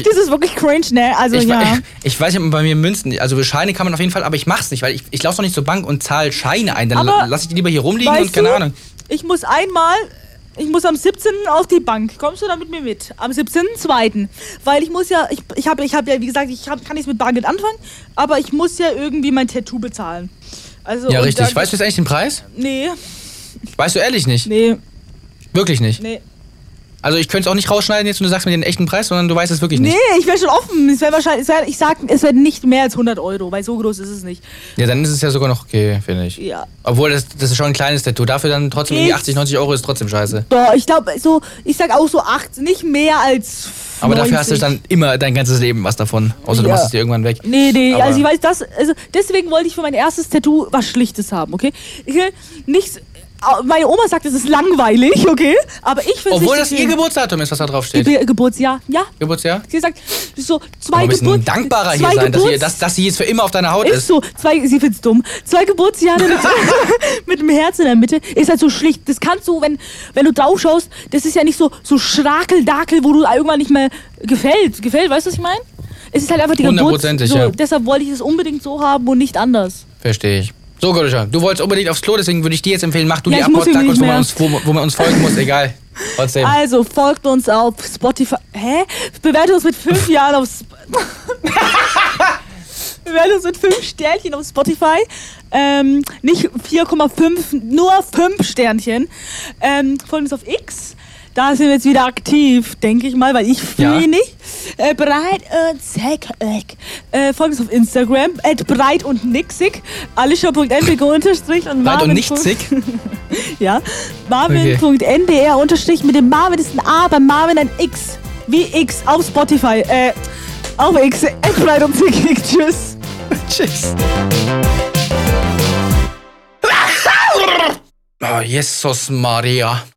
Speaker 4: Das ist wirklich cringe, ne? Also
Speaker 2: ich,
Speaker 4: ja.
Speaker 2: ich, [LAUGHS] ich weiß nicht, ob bei mir Münzen, also Scheine kann man auf jeden Fall, aber ich mach's nicht, weil ich, ich laufe doch nicht zur Bank und zahle Scheine ein. Dann
Speaker 4: Aber
Speaker 2: lasse ich die lieber hier rumliegen
Speaker 4: Weißt
Speaker 2: und keine
Speaker 4: du,
Speaker 2: Ahnung.
Speaker 4: Ich muss einmal, ich muss am 17. auf die Bank. Kommst du da mit mir mit? Am 17.2. Weil ich muss ja, ich, ich habe ich hab ja, wie gesagt, ich hab, kann nichts mit Bargeld anfangen, aber ich muss ja irgendwie mein Tattoo bezahlen. Also,
Speaker 2: Ja,
Speaker 4: und
Speaker 2: richtig.
Speaker 4: dann-
Speaker 2: Weißt du jetzt eigentlich den Preis?
Speaker 4: Nee,
Speaker 2: Weißt du ehrlich nicht?
Speaker 4: nee,
Speaker 2: Wirklich nicht.
Speaker 4: nee.
Speaker 2: Also ich könnte es auch nicht rausschneiden jetzt und du sagst mir den echten Preis, sondern du weißt es wirklich
Speaker 4: Nee,
Speaker 2: nicht.
Speaker 4: ich wäre schon offen. Es wär wahrscheinlich, es wär, ich sag, es wäre nicht mehr als 100 Euro, weil so groß ist es nicht.
Speaker 2: Ja, dann ist es ja sogar noch okay, finde ich.
Speaker 4: Ja.
Speaker 2: Obwohl, das, das ist schon ein kleines Tattoo. Dafür dann trotzdem irgendwie
Speaker 4: Geht's?
Speaker 2: 80, 90 Euro ist trotzdem scheiße.
Speaker 4: Doch, ich glaube, so, ich sag auch so 8, nicht mehr als.
Speaker 2: Aber dafür hast du
Speaker 4: 90.
Speaker 2: dann immer dein ganzes Leben was davon. Außer du
Speaker 4: Ja.
Speaker 2: machst es dir irgendwann weg.
Speaker 4: Nee, nee,
Speaker 2: Aber-
Speaker 4: also ich weiß das, also deswegen wollte ich für mein erstes Tattoo was Schlichtes haben, okay? Ich will nichts au- meine Oma sagt, es ist langweilig, okay? Aber ich finde es
Speaker 2: Obwohl das ihr
Speaker 4: Geburtsjahr
Speaker 2: Geburtsdatum ist, was da drauf steht.
Speaker 4: Ge Geburtsjahr, ja.
Speaker 2: Geburtsjahr?
Speaker 4: Sie sagt, so
Speaker 2: Mal
Speaker 4: zwei
Speaker 2: ein bisschen
Speaker 4: Geburts...
Speaker 2: dankbarer hier
Speaker 4: zwei
Speaker 2: sein, dass, ihr,
Speaker 4: Geburts-
Speaker 2: dass, dass sie jetzt für immer auf deiner Haut
Speaker 4: Ist
Speaker 2: ist.
Speaker 4: so, zwei, sie find's dumm. Zwei Geburtsjahre mit,
Speaker 2: [LAUGHS]
Speaker 4: mit dem Herz in der Mitte ist halt so schlicht. Das kannst du, wenn, wenn du drauf schaust, das ist ja nicht so, so Schrakeldakel, wo du irgendwann nicht mehr gefällt. Gefällt, weißt du, was ich meine? Es ist halt einfach die Geburts.
Speaker 2: Hundertprozentig,
Speaker 4: so,
Speaker 2: ja.
Speaker 4: Deshalb wollte ich es unbedingt so haben und nicht anders.
Speaker 2: Verstehe ich. So, Gottescher, du wolltest unbedingt aufs Klo, deswegen würde ich dir jetzt empfehlen, mach du
Speaker 4: Ja,
Speaker 2: die
Speaker 4: ich muss
Speaker 2: Abpost, sag
Speaker 4: irgendwie
Speaker 2: uns, wo
Speaker 4: nicht
Speaker 2: man, uns, wo, wo man uns folgen muss, egal. Trotzdem.
Speaker 4: Also folgt uns auf Spotify. Hä? Bewertet uns mit fünf
Speaker 2: [LAUGHS]
Speaker 4: Jahren auf Sp [LAUGHS] Bewertet uns mit fünf Sternchen auf Spotify. Ähm, nicht 4,5, nur fünf Sternchen. Ähm, folgt uns auf X. Da sind wir jetzt wieder aktiv, denke ich mal, weil ich
Speaker 2: Ja.
Speaker 4: flieh nicht. Äh, breit und zack, äh, Folgt uns auf Instagram, at breit und nixig. Alicia.nbg unterstrich und
Speaker 2: Weit und
Speaker 4: Marvin.
Speaker 2: nicht
Speaker 4: [LAUGHS]
Speaker 2: zick.
Speaker 4: Ja. Marvin.ndr unterstrich mit dem Marvin ist ein A, bei Marvin ein X. Wie X auf Spotify. Äh, auf X. Edbreit und Zickig. Tschüss.
Speaker 2: Tschüss. [LAUGHS] Oh, Ah, Jesus Maria.